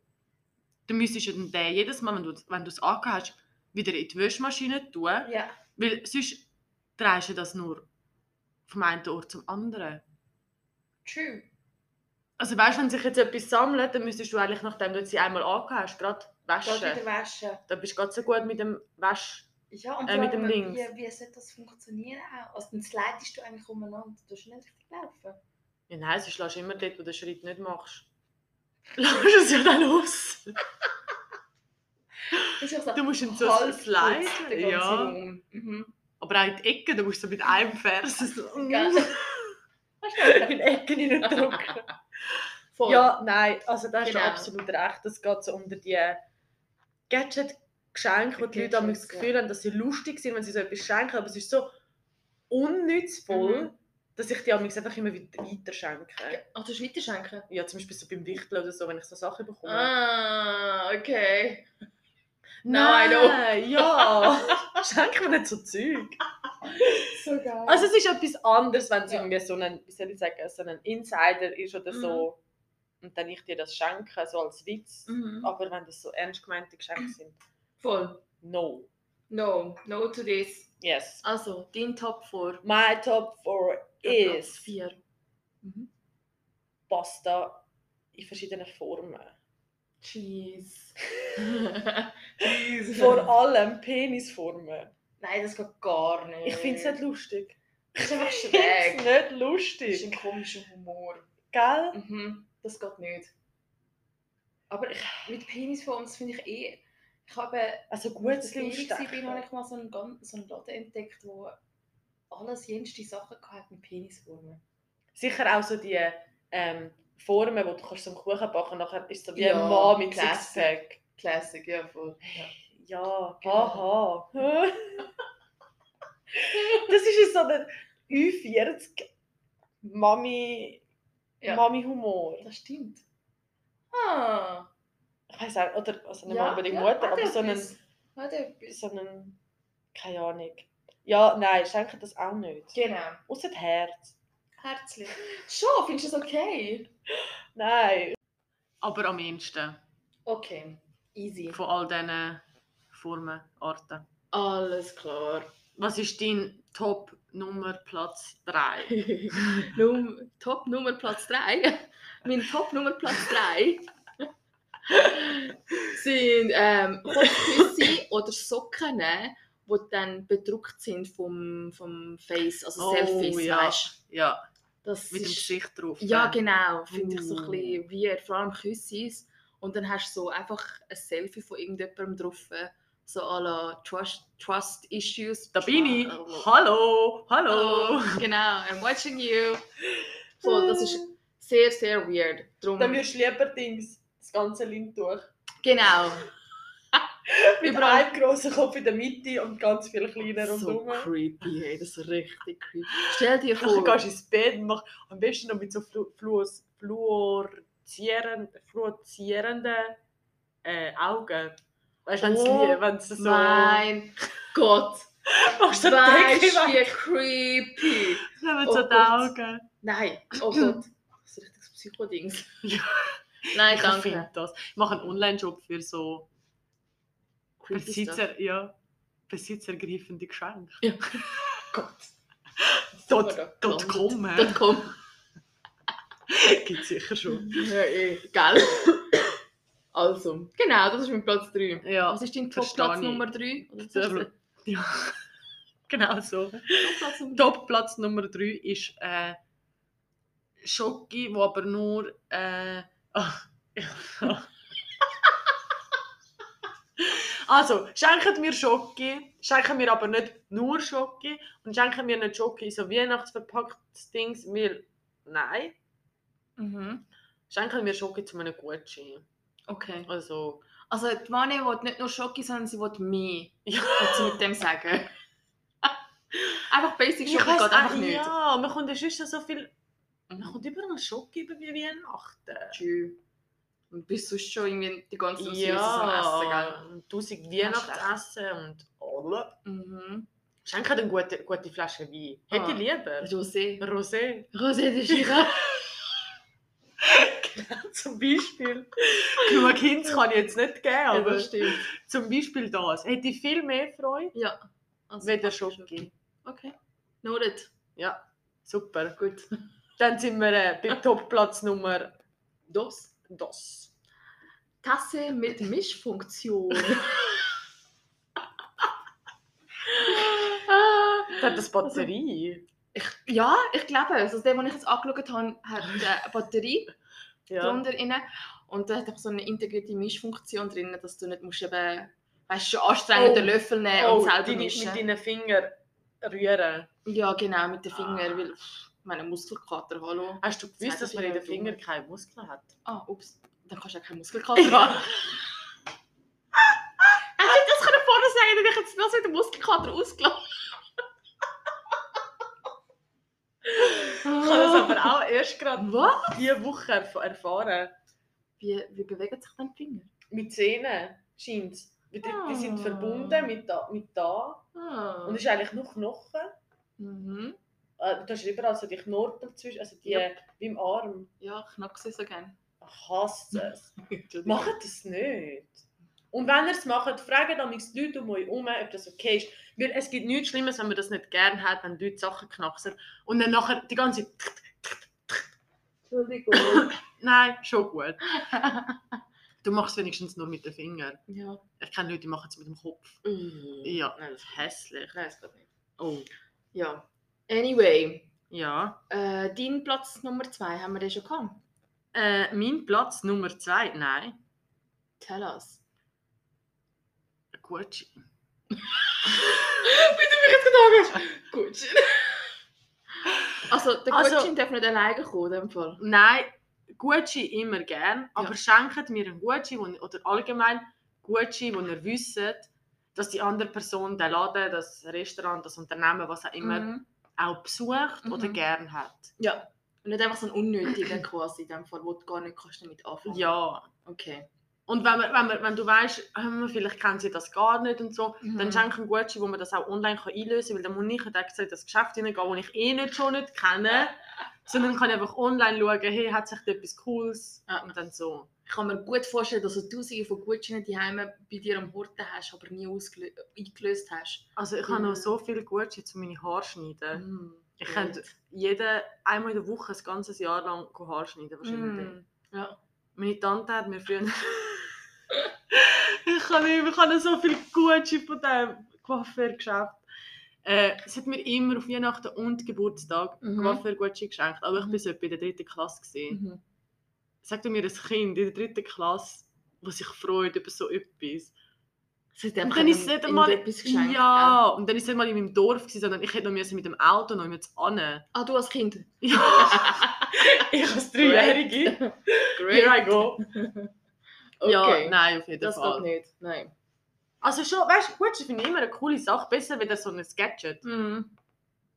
[SPEAKER 1] du müsstest ja dann den jedes Mal, wenn du es wenn du es angehört hast, wieder in die Wäschmaschine tun.
[SPEAKER 2] Ja.
[SPEAKER 1] Weil sonst drehst du das nur vom einen Ort zum anderen.
[SPEAKER 2] True.
[SPEAKER 1] Also weißt du, wenn sich jetzt etwas sammelt, dann müsstest du eigentlich, nachdem du sie einmal angehört hast, gerade
[SPEAKER 2] Geh wieder
[SPEAKER 1] waschen.
[SPEAKER 2] waschen.
[SPEAKER 1] Da bist du gerade so gut mit dem Wasch.
[SPEAKER 2] Ja, und
[SPEAKER 1] Äh,
[SPEAKER 2] vor
[SPEAKER 1] mit dem
[SPEAKER 2] allem,
[SPEAKER 1] Links.
[SPEAKER 2] Wie, wie soll das funktionieren auch? Also dann slidest du eigentlich umeinander, du schnell richtig laufen.
[SPEAKER 1] Ja, nein, sonst lässt du immer dort, wo du den Schritt nicht machst. Lass es ja dann los.
[SPEAKER 2] Ist ja so
[SPEAKER 1] Du musst ihn so
[SPEAKER 2] halb
[SPEAKER 1] sliden,
[SPEAKER 2] putzt, der ganze
[SPEAKER 1] ja.
[SPEAKER 2] Raum. Mhm.
[SPEAKER 1] Aber auch in die Ecke, da musst du so mit einem Vers so
[SPEAKER 2] Gell?
[SPEAKER 1] in die Ecke hineindrücken.
[SPEAKER 2] Voll.
[SPEAKER 3] Ja, nein, also da hast du
[SPEAKER 2] Genau.
[SPEAKER 3] absolut recht. Das geht so unter die Gadget-Geschenke, wo
[SPEAKER 1] Genau.
[SPEAKER 3] die Leute
[SPEAKER 2] Gadgets,
[SPEAKER 3] haben das Gefühl haben, dass sie lustig sind, wenn sie so etwas schenken, aber es ist so unnützvoll,
[SPEAKER 2] Mhm.
[SPEAKER 3] dass ich die amigs einfach immer wieder weiter schenke.
[SPEAKER 2] Ach, du hast weiterschenken?
[SPEAKER 3] Ja, zum Beispiel so beim Wichteln oder so, wenn ich so Sachen bekomme.
[SPEAKER 2] Ah, okay.
[SPEAKER 3] nein,
[SPEAKER 2] Nein,
[SPEAKER 3] Äh, ja! Schenk mir nicht so Zeug.
[SPEAKER 2] So geil.
[SPEAKER 3] Also es ist etwas anderes, wenn es
[SPEAKER 2] Ja.
[SPEAKER 3] irgendwie so ein, wie soll ich sagen, so ein Insider ist oder so. Und dann ich dir das schenke, so als Witz.
[SPEAKER 2] mhm.
[SPEAKER 3] Aber wenn das so ernst gemeinte Geschenke sind,
[SPEAKER 2] Voll.
[SPEAKER 3] no.
[SPEAKER 2] No, no to this.
[SPEAKER 3] Yes.
[SPEAKER 2] Also, dein Top 4.
[SPEAKER 3] My top 4
[SPEAKER 2] Ist.
[SPEAKER 3] is
[SPEAKER 2] 4. Mhm.
[SPEAKER 3] Pasta in verschiedenen Formen.
[SPEAKER 2] Cheese. Cheese.
[SPEAKER 3] Vor allem Penisformen.
[SPEAKER 2] Nein, das geht gar nicht.
[SPEAKER 3] Ich halt finde es nicht lustig.
[SPEAKER 2] Das ist einfach
[SPEAKER 3] Ich finde
[SPEAKER 2] schräg.
[SPEAKER 3] es nicht
[SPEAKER 2] Das ist
[SPEAKER 3] lustig.
[SPEAKER 2] ein komischer Humor.
[SPEAKER 3] Gell?
[SPEAKER 2] Mhm, das geht nicht. Aber ich, mit Penisforms finde ich eh. Ich habe,
[SPEAKER 3] Also
[SPEAKER 2] als
[SPEAKER 3] gutes
[SPEAKER 2] ich klein war, habe
[SPEAKER 3] Lustechen.
[SPEAKER 2] ich mal so einen, Gan- so einen Laden entdeckt, wo alles jenste Sachen hatte mit Penisformen.
[SPEAKER 3] Sicher auch so die ähm, Formen, wo du kannst so einen Kuchen backen nachher ist so wie
[SPEAKER 2] Ja,
[SPEAKER 3] ein Mann mit
[SPEAKER 2] classic.
[SPEAKER 3] Sixpack.
[SPEAKER 2] Classic, ja voll.
[SPEAKER 3] Ja, haha. das ist jetzt so der Ü40 Mami,
[SPEAKER 2] Ja.
[SPEAKER 3] Mami Humor.
[SPEAKER 2] Das stimmt. Ah,
[SPEAKER 3] Ich weiß auch, oder also nicht
[SPEAKER 2] Ja,
[SPEAKER 3] mal über die
[SPEAKER 2] Ah, ja,
[SPEAKER 3] Mutter,
[SPEAKER 2] hat
[SPEAKER 3] aber so einen,
[SPEAKER 2] etwas. hat etwas.
[SPEAKER 3] so einen Keine Ahnung. Ja, nein, schenken das auch nicht.
[SPEAKER 2] Genau.
[SPEAKER 3] Außer das Herz.
[SPEAKER 2] Herzlich. Schon, findest du das okay?
[SPEAKER 3] Nein.
[SPEAKER 1] Aber am ehesten
[SPEAKER 2] Okay. Easy.
[SPEAKER 1] von all diesen Formen, Arten.
[SPEAKER 2] Alles klar.
[SPEAKER 1] Was ist dein Top-Nummer Platz 3?
[SPEAKER 2] Num Top Nummer Platz 3. mein Top Nummer Platz 3 sind ähm, Kopfküsse oder Socken, die dann bedruckt sind vom, vom Face, also
[SPEAKER 1] Oh,
[SPEAKER 2] Selfies,
[SPEAKER 1] ja.
[SPEAKER 2] weißt
[SPEAKER 1] Ja,
[SPEAKER 2] du? Das
[SPEAKER 1] mit dem
[SPEAKER 2] ist-
[SPEAKER 1] Gesicht drauf.
[SPEAKER 2] Ja,
[SPEAKER 1] äh,
[SPEAKER 2] genau. Finde ich so ein
[SPEAKER 1] Uh.
[SPEAKER 2] bisschen weird. Vor allem Küssis. Und dann hast du so einfach ein Selfie von irgendjemandem drauf. So à la Trust, Trust Issues.
[SPEAKER 1] Da bin ich.
[SPEAKER 2] Hallo.
[SPEAKER 1] Hallo, hallo.
[SPEAKER 2] Genau, I'm watching you. So, das ist sehr, sehr weird. Drum,
[SPEAKER 3] Dann würdest du lieber Dings das ganze Link durch.
[SPEAKER 2] genau.
[SPEAKER 3] Mit
[SPEAKER 2] Überall.
[SPEAKER 3] einem grossen Kopf in der Mitte und ganz viele kleine rundherum.
[SPEAKER 1] Also
[SPEAKER 2] creepy, hey, das ist richtig creepy. Stell dir
[SPEAKER 3] Dann
[SPEAKER 2] vor,
[SPEAKER 3] gehst du ins Bett und machst am besten noch mit so flu fluos- fluorzieren- fluorozierenden äh, Augen. Weißt du, wenn's
[SPEAKER 2] Oh
[SPEAKER 3] nie, wenn es so.
[SPEAKER 2] mein Gott,
[SPEAKER 3] Machst du
[SPEAKER 2] weißt
[SPEAKER 3] Deckel
[SPEAKER 2] du, wie creepy.
[SPEAKER 1] Nehmen
[SPEAKER 2] Oh
[SPEAKER 1] so die
[SPEAKER 2] Gott.
[SPEAKER 1] Augen.
[SPEAKER 2] Nein, oh Gott, das ist ein richtiges Psychodings.
[SPEAKER 1] Ja.
[SPEAKER 2] Nein,
[SPEAKER 1] Ich
[SPEAKER 2] danke.
[SPEAKER 1] finde das. Ich mache einen Online-Shop für so
[SPEAKER 2] Creepy stuff.
[SPEAKER 1] Besitzer, ja, besitzergreifende Geschenke.
[SPEAKER 2] Gott.
[SPEAKER 1] Dot,
[SPEAKER 2] Sind wir da
[SPEAKER 1] dot com,
[SPEAKER 2] Dot com.
[SPEAKER 1] gibt es sicher schon.
[SPEAKER 2] Ja, eh. Gell? Also, genau, das ist mein Platz 3.
[SPEAKER 1] Ja,
[SPEAKER 2] Was ist dein
[SPEAKER 1] verstehe
[SPEAKER 2] Top-Platz
[SPEAKER 1] ich.
[SPEAKER 2] Nummer 3? Oder
[SPEAKER 1] Sehr gut. ja. genau so.
[SPEAKER 2] Top-Platz Nummer
[SPEAKER 1] Top-Platz Nummer 3 ist äh, Schoki, wo aber nur. Äh, also, schenken wir Schoki, schenken wir aber nicht nur Schoki und schenken wir nicht Schoki in so weihnachtsverpacktes Dings. Wir, nein,
[SPEAKER 2] Mhm.
[SPEAKER 1] schenken wir Schoki zu einem Gutschein.
[SPEAKER 2] Okay.
[SPEAKER 1] Also,
[SPEAKER 2] Also, die Mane will nicht nur Schoki, sondern sie will mehr.
[SPEAKER 1] Ja.
[SPEAKER 2] Was sie mit dem sagen. einfach Basic
[SPEAKER 1] Ich
[SPEAKER 2] Schoki
[SPEAKER 1] weiss
[SPEAKER 2] geht einfach
[SPEAKER 1] auch-
[SPEAKER 2] nicht.
[SPEAKER 1] Ja, man kommt ja sonst so viel. Man kommt überall Schoki über wie Weihnachten.
[SPEAKER 2] Tschüss. Und bist du sonst schon irgendwie die ganze Zeit Süßes am Essen,
[SPEAKER 1] Ja,
[SPEAKER 2] gell?
[SPEAKER 1] und tausend
[SPEAKER 2] Ja,
[SPEAKER 1] Weihnachtsessen und alle.
[SPEAKER 2] Mhm.
[SPEAKER 1] Schenke dir halt eine gute, gute Flasche Wein. Hätte
[SPEAKER 2] Ah.
[SPEAKER 1] ich lieber.
[SPEAKER 2] Rosé.
[SPEAKER 1] Rosé.
[SPEAKER 2] Rosé de Chirac.
[SPEAKER 1] zum Beispiel. Genug Hints kann ich jetzt nicht geben,
[SPEAKER 2] Ja,
[SPEAKER 1] aber
[SPEAKER 2] das stimmt.
[SPEAKER 1] zum Beispiel das. Hätte ich viel mehr Freude,
[SPEAKER 2] Also,
[SPEAKER 1] wenn der Schoki.
[SPEAKER 2] Okay. Noted.
[SPEAKER 1] Super.
[SPEAKER 2] Gut.
[SPEAKER 1] Dann sind wir äh, bei Topplatz Nummer
[SPEAKER 2] Dos.
[SPEAKER 1] das.
[SPEAKER 2] Tasse mit Mischfunktion. Ah.
[SPEAKER 1] Das hat eine Batterie.
[SPEAKER 2] ja, ich glaube es. Also der, den ich jetzt angeschaut habe, hat äh, eine Batterie
[SPEAKER 1] Ja.
[SPEAKER 2] drunter inne und da hat auch so eine integrierte Mischfunktion drin, dass du nicht musst eben, weißt du, schon anstrengend
[SPEAKER 1] Oh.
[SPEAKER 2] den Löffel nehmen
[SPEAKER 1] Oh,
[SPEAKER 2] und selber
[SPEAKER 1] deine, mit
[SPEAKER 2] mischen.
[SPEAKER 1] deinen Fingern rühren.
[SPEAKER 2] Ja, genau, mit den Fingern,
[SPEAKER 1] Ah.
[SPEAKER 2] weil pff, meine Muskelkater, hallo.
[SPEAKER 1] Hast du gewusst,
[SPEAKER 2] Zweiter
[SPEAKER 1] dass man in den
[SPEAKER 2] Finger
[SPEAKER 1] Fingern keine Muskeln hat?
[SPEAKER 2] Ah, ups, dann kannst du ja keinen Muskelkater haben. Hättest du das können vorne sagen, dann hätte ich jetzt noch so den Muskelkater ausgelassen.
[SPEAKER 1] Ich habe das aber auch erst gerade
[SPEAKER 2] Was?
[SPEAKER 1] diese Woche erf erfahren.
[SPEAKER 2] Wie, wie bewegen sich denn die Finger?
[SPEAKER 1] Mit Zähnen scheint es. Die, die sind
[SPEAKER 2] Ah.
[SPEAKER 1] verbunden mit da, mit da.
[SPEAKER 2] Ah.
[SPEAKER 1] Und es ist also eigentlich nur Knochen.
[SPEAKER 2] mhm.
[SPEAKER 1] Äh, Du hast überall so die Knorpel zwischen, also die
[SPEAKER 2] Yep.
[SPEAKER 1] wie im Arm.
[SPEAKER 2] Ja, ich mag sie so gerne.
[SPEAKER 1] Ich hasse es. macht das nicht. Und wenn ihr es macht, fragt dann die Leute um euch herum, ob das okay ist. Weil es gibt nichts Schlimmes, wenn man das nicht gerne hat, wenn Leute Sachen knacksen. Und dann nachher die ganze Zeit,
[SPEAKER 2] Entschuldigung.
[SPEAKER 1] nein, schon gut. du machst es wenigstens nur mit den Fingern.
[SPEAKER 2] ja.
[SPEAKER 1] Ich kenne Leute, die machen es mit dem Kopf. Ja,
[SPEAKER 2] Mhm. Nein, das
[SPEAKER 1] hässlich.
[SPEAKER 2] Nein, das geht nicht.
[SPEAKER 1] Oh.
[SPEAKER 2] Ja. Anyway,
[SPEAKER 1] Ja.
[SPEAKER 2] äh, dein Platz Nummer 2 haben wir den schon gehabt.
[SPEAKER 1] Äh, mein Platz Nummer zwei, nein,
[SPEAKER 2] Tell us.
[SPEAKER 1] Gucci.
[SPEAKER 2] Bitte mich jetzt gedacht. Gucci. Also, der Gucci
[SPEAKER 1] Also-
[SPEAKER 2] darf nicht alleine kommen, in dem Fall.
[SPEAKER 1] Nein, Gucci immer gern, aber
[SPEAKER 2] Ja.
[SPEAKER 1] schenkt mir einen Gucci wo, oder allgemein Gucci, wo ihr wisst, dass die andere Person den Laden, das Restaurant, das Unternehmen, was auch immer,
[SPEAKER 2] Mhm.
[SPEAKER 1] auch besucht
[SPEAKER 2] Mhm.
[SPEAKER 1] oder gern hat.
[SPEAKER 2] Ja. Und nicht einfach so einen unnötigen quasi, in dem Fall, wo du gar nicht kannst damit anfangen
[SPEAKER 1] Ja,
[SPEAKER 2] Okay.
[SPEAKER 1] Und wenn, man, wenn, man, wenn du weißt, hm, vielleicht kennen sie das gar nicht und so,
[SPEAKER 2] Mhm.
[SPEAKER 1] dann schenk einen Gutschein, wo man das auch online kann einlösen kann, weil dann muss ich nicht extra in das Geschäft hineingehen, das ich eh nicht schon nicht kenne, sondern kann einfach online schauen, hey, hat sich da etwas Cooles
[SPEAKER 2] Ja.
[SPEAKER 1] und dann so.
[SPEAKER 2] Ich kann mir gut vorstellen, dass du tausende von Gutscheinen die Heime bei dir am Horten hast, aber nie ausgelö- eingelöst hast.
[SPEAKER 1] Also ich habe noch
[SPEAKER 2] Mhm.
[SPEAKER 1] so viele Gutscheine, um meine Haare zu schneiden.
[SPEAKER 2] Mm.
[SPEAKER 1] Ich könnte jede, einmal in der Woche ein ganzes Jahr lang Haare schneiden wahrscheinlich.
[SPEAKER 2] Mm. Ja.
[SPEAKER 1] Meine Tante hat mir früher... ich kann nicht, mehr, ich habe noch so viel Gutschein von diesem Coiffeur-Geschäft. Äh, es hat mir immer auf Weihnachten und Geburtstag
[SPEAKER 2] Mhm.
[SPEAKER 1] mhm. Coiffeur-Gutschein geschenkt, aber ich
[SPEAKER 2] Mhm.
[SPEAKER 1] bin so etwa in der dritten Klasse. Gewesen.
[SPEAKER 2] Mhm.
[SPEAKER 1] Sag du mir ein Kind in der dritten Klasse, das sich freut über so etwas.
[SPEAKER 2] Sie hat
[SPEAKER 1] Und
[SPEAKER 2] einfach
[SPEAKER 1] dann ist es
[SPEAKER 2] ihm-
[SPEAKER 1] nicht
[SPEAKER 2] ihm
[SPEAKER 1] einmal...
[SPEAKER 2] etwas geschenkt. gell?
[SPEAKER 1] ja, und dann ist es nicht mal in meinem Dorf, gewesen, sondern ich hätte noch müssen mit dem Auto noch mit ane.
[SPEAKER 2] Ah, du als Kind.
[SPEAKER 1] Ja,
[SPEAKER 2] ich als
[SPEAKER 1] Dreijährige. Here I go.
[SPEAKER 2] Okay.
[SPEAKER 1] Ja, nein, auf jeden
[SPEAKER 2] das
[SPEAKER 1] Fall.
[SPEAKER 2] geht nicht. Nein.
[SPEAKER 1] Also schon, weißt du, Gutschein finde ich immer eine coole Sache, besser als so ein Gadget.
[SPEAKER 2] Mm.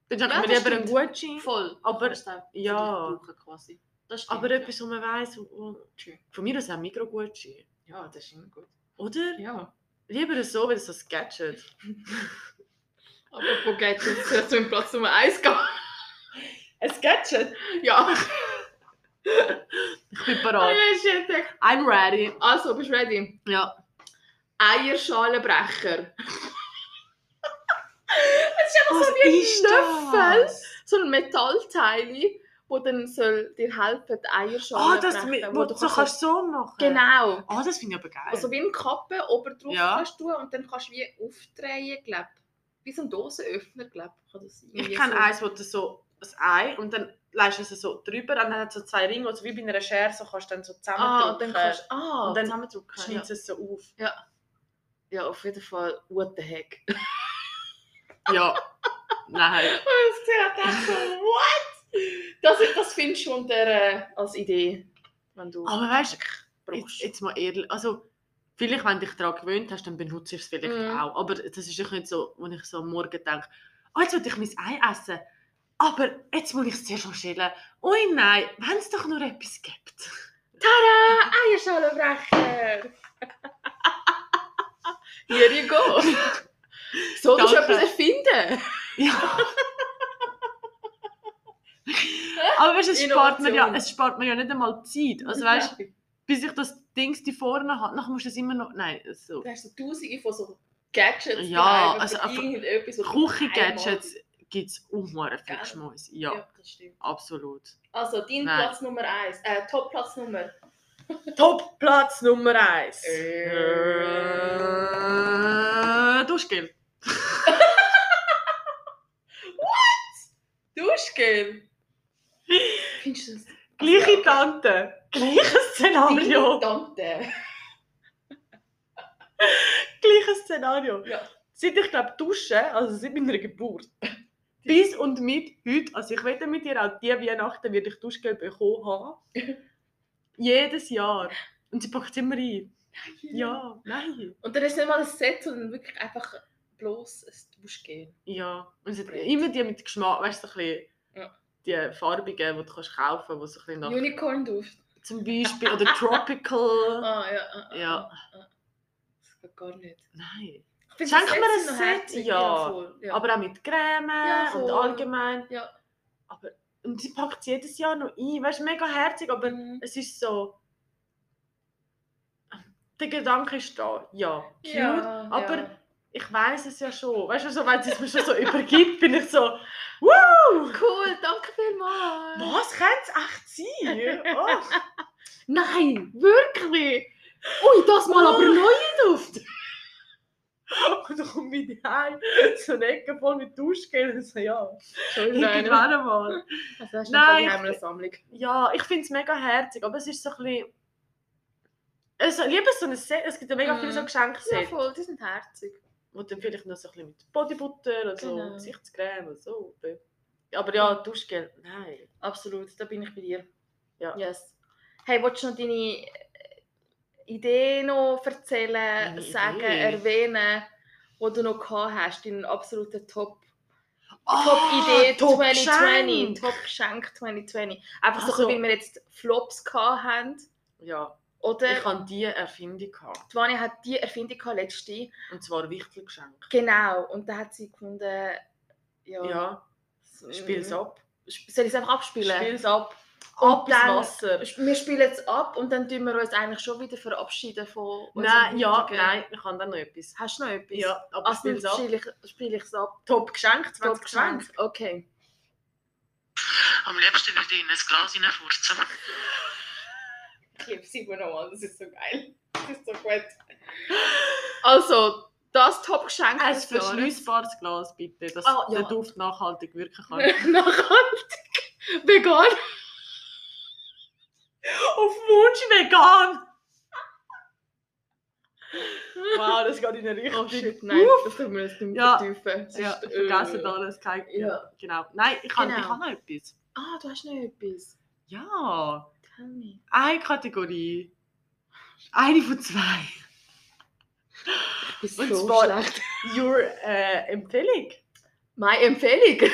[SPEAKER 1] Dann schenkt
[SPEAKER 2] Ja,
[SPEAKER 1] man
[SPEAKER 2] das
[SPEAKER 1] lieber einen
[SPEAKER 2] stimmt.
[SPEAKER 1] Gutschein,
[SPEAKER 2] Voll.
[SPEAKER 1] Aber-
[SPEAKER 2] Du kannst auch für
[SPEAKER 1] ja.
[SPEAKER 2] dich brauchen quasi. Das stimmt.
[SPEAKER 1] aber etwas, wo man weiss, wo- wo-
[SPEAKER 2] True.
[SPEAKER 1] von mir aus auch ein Mikro-Gutschein.
[SPEAKER 2] Ja, das ist immer gut.
[SPEAKER 1] Oder?
[SPEAKER 2] Ja.
[SPEAKER 1] Lieber so, als so ein Gadget.
[SPEAKER 2] Aber wo geht es jetzt zum Platz Nummer 1 gehen?
[SPEAKER 1] Ein Gadget?
[SPEAKER 2] Ja.
[SPEAKER 1] Ich bin bereit.
[SPEAKER 2] Oh, shit.
[SPEAKER 1] I'm ready.
[SPEAKER 2] Also, bist du ready?
[SPEAKER 1] Ja.
[SPEAKER 2] Eierschalenbrecher.
[SPEAKER 1] Was
[SPEAKER 2] ist So ein Metallteil, wo dann soll dir helfen, die Eierschalen
[SPEAKER 1] Ah, das, mit- wo du so kannst du so machen.
[SPEAKER 2] Genau.
[SPEAKER 1] Ah, das finde ich aber geil.
[SPEAKER 2] Also wie eine Kappe oben drauf
[SPEAKER 1] Ja.
[SPEAKER 2] kannst du und dann kannst du wie aufdrehen, glaub. Wie so ein Dosenöffner, glaub. Kann das sein?
[SPEAKER 1] ich
[SPEAKER 2] Wie
[SPEAKER 1] kenne
[SPEAKER 2] so.
[SPEAKER 1] eins, wo du so ein Ei und dann leist du es so drüber und dann hat es so zwei Ringe, also wie bei einer Schere, so kannst du dann so zusammendrücken.
[SPEAKER 2] Ah, und dann kannst du... Ah,
[SPEAKER 1] Und dann
[SPEAKER 2] zusammendrücken, ja.
[SPEAKER 1] schneidest du es so auf.
[SPEAKER 2] ja, auf jeden Fall, what the heck. das
[SPEAKER 1] Ja. Nein. halt.
[SPEAKER 2] hat echt so, what? Das, das findest du unter, äh, als Idee, wenn du
[SPEAKER 1] Aber weißt du,
[SPEAKER 2] brauchst.
[SPEAKER 1] Ah, jetzt, jetzt mal ehrlich, also vielleicht, wenn du dich daran gewöhnt hast, dann benutzt du es vielleicht
[SPEAKER 2] Mhm.
[SPEAKER 1] auch. Aber das ist doch nicht so, wenn ich so am Morgen denke, oh, jetzt will ich mein Ei essen, aber jetzt muss ich es zuerst noch schälen. Ui, nein, wenn es doch nur etwas gibt.
[SPEAKER 2] Tada! Eierschalenbrecher! Here you go! So musst du
[SPEAKER 1] Danke.
[SPEAKER 2] etwas erfinden!
[SPEAKER 1] Ja. aber weißt, du, es spart, mir ja,
[SPEAKER 2] Innovation.
[SPEAKER 1] es spart mir ja nicht einmal Zeit. Also weißt, bis ich das Ding die vorne habe, nachher musst du es immer noch, nein, so.
[SPEAKER 2] du hast so tausende von so Gadgets
[SPEAKER 1] Ja,
[SPEAKER 2] daheim,
[SPEAKER 1] also
[SPEAKER 2] für
[SPEAKER 1] einfach
[SPEAKER 2] irgendetwas, was du
[SPEAKER 1] Küche-Gadgets gibt es unheimlich viel
[SPEAKER 2] Gell?
[SPEAKER 1] Schmeiss.
[SPEAKER 2] einmal-
[SPEAKER 1] Ja,
[SPEAKER 2] ja, das stimmt.
[SPEAKER 1] absolut.
[SPEAKER 2] Also, dein
[SPEAKER 1] Nein.
[SPEAKER 2] Platz Nummer 1, äh, Top-Platz Nummer.
[SPEAKER 1] Top Platz Nummer 1.
[SPEAKER 2] Äh.
[SPEAKER 1] Duschgel.
[SPEAKER 2] Duschgel! Findest du das? Also,
[SPEAKER 1] Gleiche Tante. Gleiches
[SPEAKER 2] Deine
[SPEAKER 1] Szenario.
[SPEAKER 2] Tante!
[SPEAKER 1] Gleiches Szenario.
[SPEAKER 2] Ja.
[SPEAKER 1] Seit ich glaube dusche, also seit meiner Geburt, bis und mit heute, also ich wette mit dir, auch die Weihnachten werde ich Duschgel bekommen haben. Jedes Jahr. Und sie packt es immer ein. Ja, nein.
[SPEAKER 2] Und dann ist nicht mal ein Set, sondern wirklich einfach bloß ein Duschgel.
[SPEAKER 1] Ja. Und sie hat immer die mit Geschmack, weißt du, so ein bisschen
[SPEAKER 2] Ja.
[SPEAKER 1] die farbigen, die du kannst kaufen kannst, die so ein bisschen nach
[SPEAKER 2] Unicorn-Duft.
[SPEAKER 1] zum Beispiel. Oder Tropical.
[SPEAKER 2] Ah, ja. Ah, ah,
[SPEAKER 1] Ja.
[SPEAKER 2] ah, ah. Das geht gar nicht.
[SPEAKER 1] Nein.
[SPEAKER 2] Ich finde,
[SPEAKER 1] Schenk
[SPEAKER 2] die
[SPEAKER 1] mir ein
[SPEAKER 2] Sets sind noch
[SPEAKER 1] Set,
[SPEAKER 2] herzig.
[SPEAKER 1] ja.
[SPEAKER 2] voll, ja.
[SPEAKER 1] Aber auch mit Creme
[SPEAKER 2] Ja, voll.
[SPEAKER 1] und allgemein.
[SPEAKER 2] Ja.
[SPEAKER 1] Aber, und sie packt es jedes Jahr noch ein. Weißt du, mega herzig, aber
[SPEAKER 2] Mhm.
[SPEAKER 1] es ist so. Der Gedanke ist da, ja. Cute.
[SPEAKER 2] Ja,
[SPEAKER 1] aber
[SPEAKER 2] ja.
[SPEAKER 1] ich weiß es ja schon. Weißt du, so, wenn sie es mir schon so übergibt, bin ich so, wow!
[SPEAKER 2] Cool, danke vielmals.
[SPEAKER 1] Was könnte es echt sein? Oh.
[SPEAKER 2] Nein, wirklich. Ui, das mal aber
[SPEAKER 1] Oh.
[SPEAKER 2] neue Duft.
[SPEAKER 1] Und dann kommt wieder heim, so eine Ecke voll mit Duschgel. Und so, ja,
[SPEAKER 2] Entschuldigung.
[SPEAKER 1] irgendwann mal.
[SPEAKER 2] Also hast du
[SPEAKER 1] Nein,
[SPEAKER 2] Nein,
[SPEAKER 1] ich-
[SPEAKER 2] eine Sammlung.
[SPEAKER 1] Ja, ich finde es mega herzig, aber es ist so ein bisschen. Also, lieber so ein Set, es gibt ja mega
[SPEAKER 2] Mhm.
[SPEAKER 1] viele so Geschenksets,
[SPEAKER 2] voll, die sind herzig.
[SPEAKER 1] wo dann vielleicht noch so ein bisschen mit Bodybutter oder so,
[SPEAKER 2] Genau.
[SPEAKER 1] Gesichtscreme oder so. Aber ja, Duschgel, nein.
[SPEAKER 2] Absolut, da bin ich bei dir.
[SPEAKER 1] Ja.
[SPEAKER 2] Yes. Hey, willst du noch deine äh, Idee noch erzählen,
[SPEAKER 1] Meine
[SPEAKER 2] sagen,
[SPEAKER 1] Idee?
[SPEAKER 2] erwähnen, die du noch gehabt hast, deinen absoluten Top,
[SPEAKER 1] Ah,
[SPEAKER 2] Top-Idee
[SPEAKER 1] Top
[SPEAKER 2] 2020,
[SPEAKER 1] Geschenk!
[SPEAKER 2] Top-Geschenk 2020. Einfach so,
[SPEAKER 1] Also-
[SPEAKER 2] weil wir jetzt Flops gehabt haben.
[SPEAKER 1] Ja,
[SPEAKER 2] Oder
[SPEAKER 1] Ich habe diese Erfindung gehabt.
[SPEAKER 2] die Vania hat die Erfindung gehabt, letzte.
[SPEAKER 1] Und zwar wichtig geschenkt.
[SPEAKER 2] Genau, und da hat sie gefunden, ja.
[SPEAKER 1] Ja,
[SPEAKER 2] so-
[SPEAKER 1] spiel es ab.
[SPEAKER 2] Sp- Soll ich es einfach abspielen?
[SPEAKER 1] Spiel es ab.
[SPEAKER 2] Und
[SPEAKER 1] Ab ins
[SPEAKER 2] dann-
[SPEAKER 1] Wasser.
[SPEAKER 2] Wir spielen es ab und dann tun wir uns eigentlich schon wieder verabschieden von unserem
[SPEAKER 1] Nein, ja,
[SPEAKER 2] heutigen-
[SPEAKER 1] nein, ich habe da noch etwas.
[SPEAKER 2] Hast du noch etwas?
[SPEAKER 1] Also, Ja, aber
[SPEAKER 2] Also
[SPEAKER 1] spiel es ab.
[SPEAKER 2] spiele ich, spiel ich es ab.
[SPEAKER 1] Top geschenkt,
[SPEAKER 2] Top
[SPEAKER 1] 2020.
[SPEAKER 2] geschenkt. Okay.
[SPEAKER 1] Am liebsten würde ich in ein Glas hineinfurzen.
[SPEAKER 2] Ich liebe sie nochmal, das ist so geil. Das ist so gut. Also, das Top-Geschenk
[SPEAKER 1] Ein
[SPEAKER 2] des Jahres.
[SPEAKER 1] verschließbares Glas, bitte, dass
[SPEAKER 2] Ah, ja.
[SPEAKER 1] der Duft nachhaltig wirken kann.
[SPEAKER 2] Nachhaltig. Vegan.
[SPEAKER 1] Auf Wunsch vegan! wow, das geht in eine Richtung.
[SPEAKER 2] Oh shit, nein, das tun wir jetzt nicht mehr
[SPEAKER 1] Ja.
[SPEAKER 2] vertiefen. Es
[SPEAKER 1] Ja,
[SPEAKER 2] ist, äh,
[SPEAKER 1] vergessen alles. Kein,
[SPEAKER 2] Ja.
[SPEAKER 1] ja. Genau. Nein, ich habe
[SPEAKER 2] Genau.
[SPEAKER 1] ich habe noch etwas.
[SPEAKER 2] Ah, du hast noch etwas.
[SPEAKER 1] Ja,
[SPEAKER 2] Tell me.
[SPEAKER 1] eine Kategorie. Eine von zwei.
[SPEAKER 2] Ich bin
[SPEAKER 1] Und
[SPEAKER 2] so
[SPEAKER 1] zwar-
[SPEAKER 2] schlecht.
[SPEAKER 1] Your äh, Empfehlung
[SPEAKER 2] Meine Empfehlung.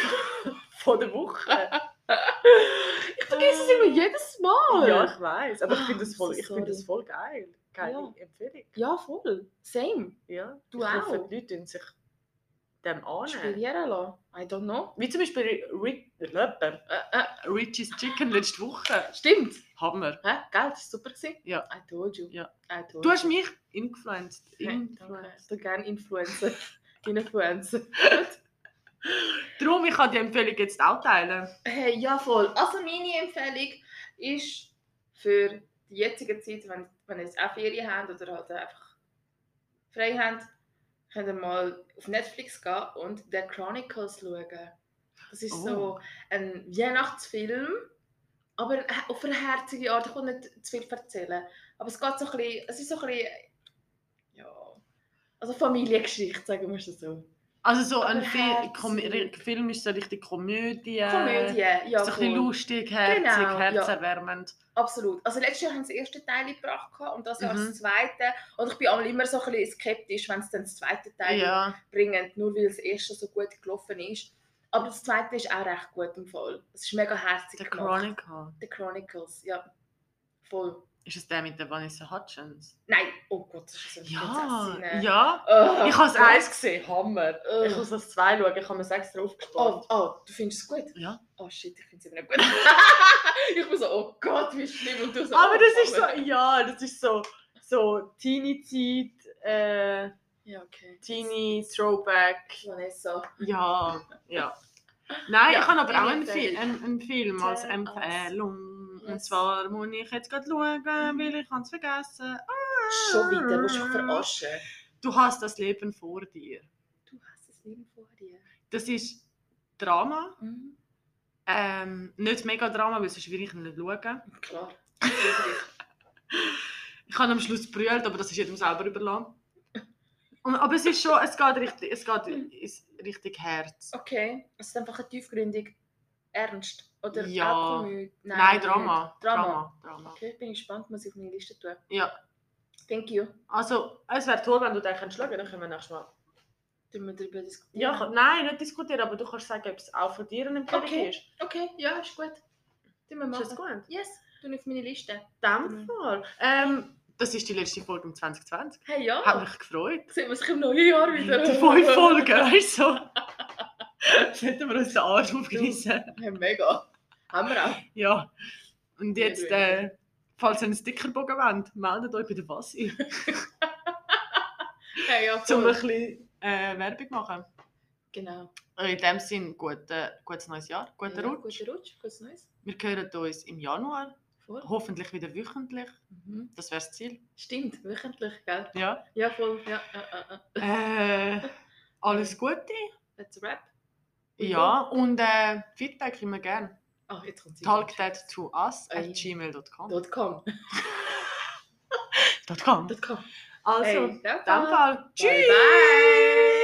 [SPEAKER 1] von der Woche.
[SPEAKER 2] Ich vergesse es immer jedes Mal.
[SPEAKER 1] Oh, Ja, ich weiß. Aber ich finde das,
[SPEAKER 2] Ah,
[SPEAKER 1] voll-
[SPEAKER 2] so
[SPEAKER 1] ich find das voll
[SPEAKER 2] sorry.
[SPEAKER 1] geil. Keine
[SPEAKER 2] Ja.
[SPEAKER 1] Empfehlung.
[SPEAKER 2] Ja, voll. Same.
[SPEAKER 1] Ja.
[SPEAKER 2] Du
[SPEAKER 1] ich hoffe,
[SPEAKER 2] auch.
[SPEAKER 1] die Leute tun sich dem annehmen.
[SPEAKER 2] Inspirieren lassen. I don't know.
[SPEAKER 1] Wie zum Beispiel Ri- Löpper.
[SPEAKER 2] Äh, äh,
[SPEAKER 1] Richie's Chicken letzte Woche.
[SPEAKER 2] stimmt.
[SPEAKER 1] Hammer.
[SPEAKER 2] Hä? Gell, das war ah, super. Gewesen.
[SPEAKER 1] Ja.
[SPEAKER 2] I told you.
[SPEAKER 1] Ja.
[SPEAKER 2] I told
[SPEAKER 1] Du
[SPEAKER 2] you. É, então,
[SPEAKER 1] hast mich influenced.
[SPEAKER 2] Nein, danke. Ich
[SPEAKER 1] Influenced.
[SPEAKER 2] bin gerne Influencer. Influencer.
[SPEAKER 1] Darum, ich kann die Empfehlung jetzt auch teilen.
[SPEAKER 2] Hey, ja voll. Also meine Empfehlung ist für die jetzige Zeit, wenn, wenn ihr jetzt auch Ferien habt oder halt einfach frei habt, könnt ihr mal auf Netflix gehen und The Chronicles schauen. Das ist
[SPEAKER 1] Oh.
[SPEAKER 2] so ein Weihnachtsfilm, aber auf eine herzige Art. Ich will nicht zu viel erzählen. Aber es geht so ein bisschen, es ist so ein bisschen, ja, also Familiengeschichte, sagen wir es so.
[SPEAKER 1] Also so
[SPEAKER 2] Aber
[SPEAKER 1] ein Fi
[SPEAKER 2] herzig.
[SPEAKER 1] Kom Re- Film ist so richtig Komödie.
[SPEAKER 2] Komödie, ja.
[SPEAKER 1] Äh, So ein bisschen
[SPEAKER 2] voll.
[SPEAKER 1] lustig, herzig,
[SPEAKER 2] Genau, ja.
[SPEAKER 1] herzerwärmend.
[SPEAKER 2] Absolut. Also letztes Jahr haben sie den ersten Teil gebracht gehabt und das Jahr
[SPEAKER 1] Mhm.
[SPEAKER 2] das zweite. Und ich bin einmal immer so ein bisschen skeptisch, wenn sie dann das zweite Teil
[SPEAKER 1] Ja.
[SPEAKER 2] bringen, nur weil das erste so gut gelaufen ist. Aber das zweite ist auch recht gut im Fall. Es ist mega herzig
[SPEAKER 1] The
[SPEAKER 2] gemacht.
[SPEAKER 1] Chronicle.
[SPEAKER 2] The Chronicles, ja. Voll.
[SPEAKER 1] Ist es der mit der Vanessa Hutchins?
[SPEAKER 2] Nein, oh Gott, das ist so eine
[SPEAKER 1] Ja,
[SPEAKER 2] Prinzessin.
[SPEAKER 1] ja.
[SPEAKER 2] Oh,
[SPEAKER 1] Ich habe es
[SPEAKER 2] Gott.
[SPEAKER 1] eins gesehen, Hammer.
[SPEAKER 2] Oh.
[SPEAKER 1] Ich muss das zwei schauen, ich habe mir sechs drauf
[SPEAKER 2] Oh,
[SPEAKER 1] gespart.
[SPEAKER 2] oh, du findest es gut?
[SPEAKER 1] Ja.
[SPEAKER 2] Oh shit, ich finde es eben nicht gut. ich bin so, oh Gott, wie schlimm. Und du so,
[SPEAKER 1] Aber
[SPEAKER 2] oh,
[SPEAKER 1] das ist so,
[SPEAKER 2] Hammer.
[SPEAKER 1] ja, das ist so, so Teenie-Zeit, äh,
[SPEAKER 2] Ja, okay.
[SPEAKER 1] Teenie-Throwback.
[SPEAKER 2] Vanessa.
[SPEAKER 1] Ja, ja. Nein,
[SPEAKER 2] Ja,
[SPEAKER 1] ich habe aber auch
[SPEAKER 2] ich
[SPEAKER 1] einen,
[SPEAKER 2] empfehle.
[SPEAKER 1] Fil einen, einen Film als
[SPEAKER 2] Äh, als-
[SPEAKER 1] Empfehlung. Und
[SPEAKER 2] Yes. Mhm.
[SPEAKER 1] zwar muss ich jetzt gerade schauen, weil ich habe es vergessen. Ah.
[SPEAKER 2] Schon wieder, willst du mich verarschen?
[SPEAKER 1] Du hast das Leben vor dir.
[SPEAKER 2] Du hast das Leben vor dir.
[SPEAKER 1] Das ist Drama. Ähm, nicht mega Drama, weil sonst will ich ihn nicht schauen.
[SPEAKER 2] Klar.
[SPEAKER 1] Ich habe am Schluss brüllt, aber das ist jedem selber überlassen. Und, aber es ist schon, es geht richtig, es geht
[SPEAKER 2] Mhm.
[SPEAKER 1] ins richtig Herz.
[SPEAKER 2] okay, es ist einfach eine tiefgründig. Ernst? Oder
[SPEAKER 1] Ja.
[SPEAKER 2] auch Komödie?
[SPEAKER 1] Nein, Drama.
[SPEAKER 2] nicht. Drama.
[SPEAKER 1] Drama. Drama.
[SPEAKER 2] Okay, bin ich gespannt, muss ich auf meine Liste tun.
[SPEAKER 1] Ja.
[SPEAKER 2] Thank you.
[SPEAKER 1] Also, es wäre toll, wenn du den könntest schauen, dann können wir nächstes Mal.
[SPEAKER 2] Tun wir darüber diskutieren?
[SPEAKER 1] Ja, kann- nein, nicht diskutieren, aber du kannst sagen, ob es auch von dir eine Empfehlung
[SPEAKER 2] Okay.
[SPEAKER 1] ist.
[SPEAKER 2] Okay, ja, ist gut. Tun wir machen.
[SPEAKER 1] Ist das gut? Ah.
[SPEAKER 2] Yes, tun ich auf meine Liste.
[SPEAKER 1] In dem
[SPEAKER 2] Mhm.
[SPEAKER 1] Fall. Ähm, das ist die letzte Folge im 2020.
[SPEAKER 2] Hey,
[SPEAKER 1] Hat
[SPEAKER 2] ja.
[SPEAKER 1] mich gefreut.
[SPEAKER 2] Sehen wir uns im neuen Jahr
[SPEAKER 1] Die
[SPEAKER 2] wieder.
[SPEAKER 1] fünf Folgen, weißt du? so. Jetzt hätten wir uns den Arsch aufgerissen.
[SPEAKER 2] Hey, mega. Haben wir auch.
[SPEAKER 1] Ja. Und
[SPEAKER 2] Ja,
[SPEAKER 1] jetzt,
[SPEAKER 2] du- eh.
[SPEAKER 1] äh, falls ihr einen Stickerbogen wollt, meldet euch bei der Fassi,
[SPEAKER 2] Hey, ja,
[SPEAKER 1] um ein
[SPEAKER 2] voll.
[SPEAKER 1] bisschen äh, Werbung zu machen.
[SPEAKER 2] Genau.
[SPEAKER 1] Und in dem Sinne, gut, äh, gutes neues Jahr, guten
[SPEAKER 2] Ja,
[SPEAKER 1] Rutsch.
[SPEAKER 2] Guten Rutsch, gutes Neues.
[SPEAKER 1] Wir hören uns im Januar,
[SPEAKER 2] Voll.
[SPEAKER 1] hoffentlich wieder wöchentlich.
[SPEAKER 2] Mhm.
[SPEAKER 1] Das wäre das Ziel.
[SPEAKER 2] Stimmt, wöchentlich, gell?
[SPEAKER 1] Ja.
[SPEAKER 2] Ja, voll. Ja, äh, äh, äh.
[SPEAKER 1] äh, alles Gute.
[SPEAKER 2] That's a wrap.
[SPEAKER 1] Ja, und äh, Feedback immer gerne.
[SPEAKER 2] Ah, jetzt kommt sie.
[SPEAKER 1] Talk that to us
[SPEAKER 2] Ei.
[SPEAKER 1] at gmail.com.
[SPEAKER 2] Dot com.
[SPEAKER 1] Dot com.
[SPEAKER 2] Dot com.
[SPEAKER 1] Also,
[SPEAKER 2] Hey,
[SPEAKER 1] in
[SPEAKER 2] danke.
[SPEAKER 1] dem Fall.
[SPEAKER 2] Bye, bye.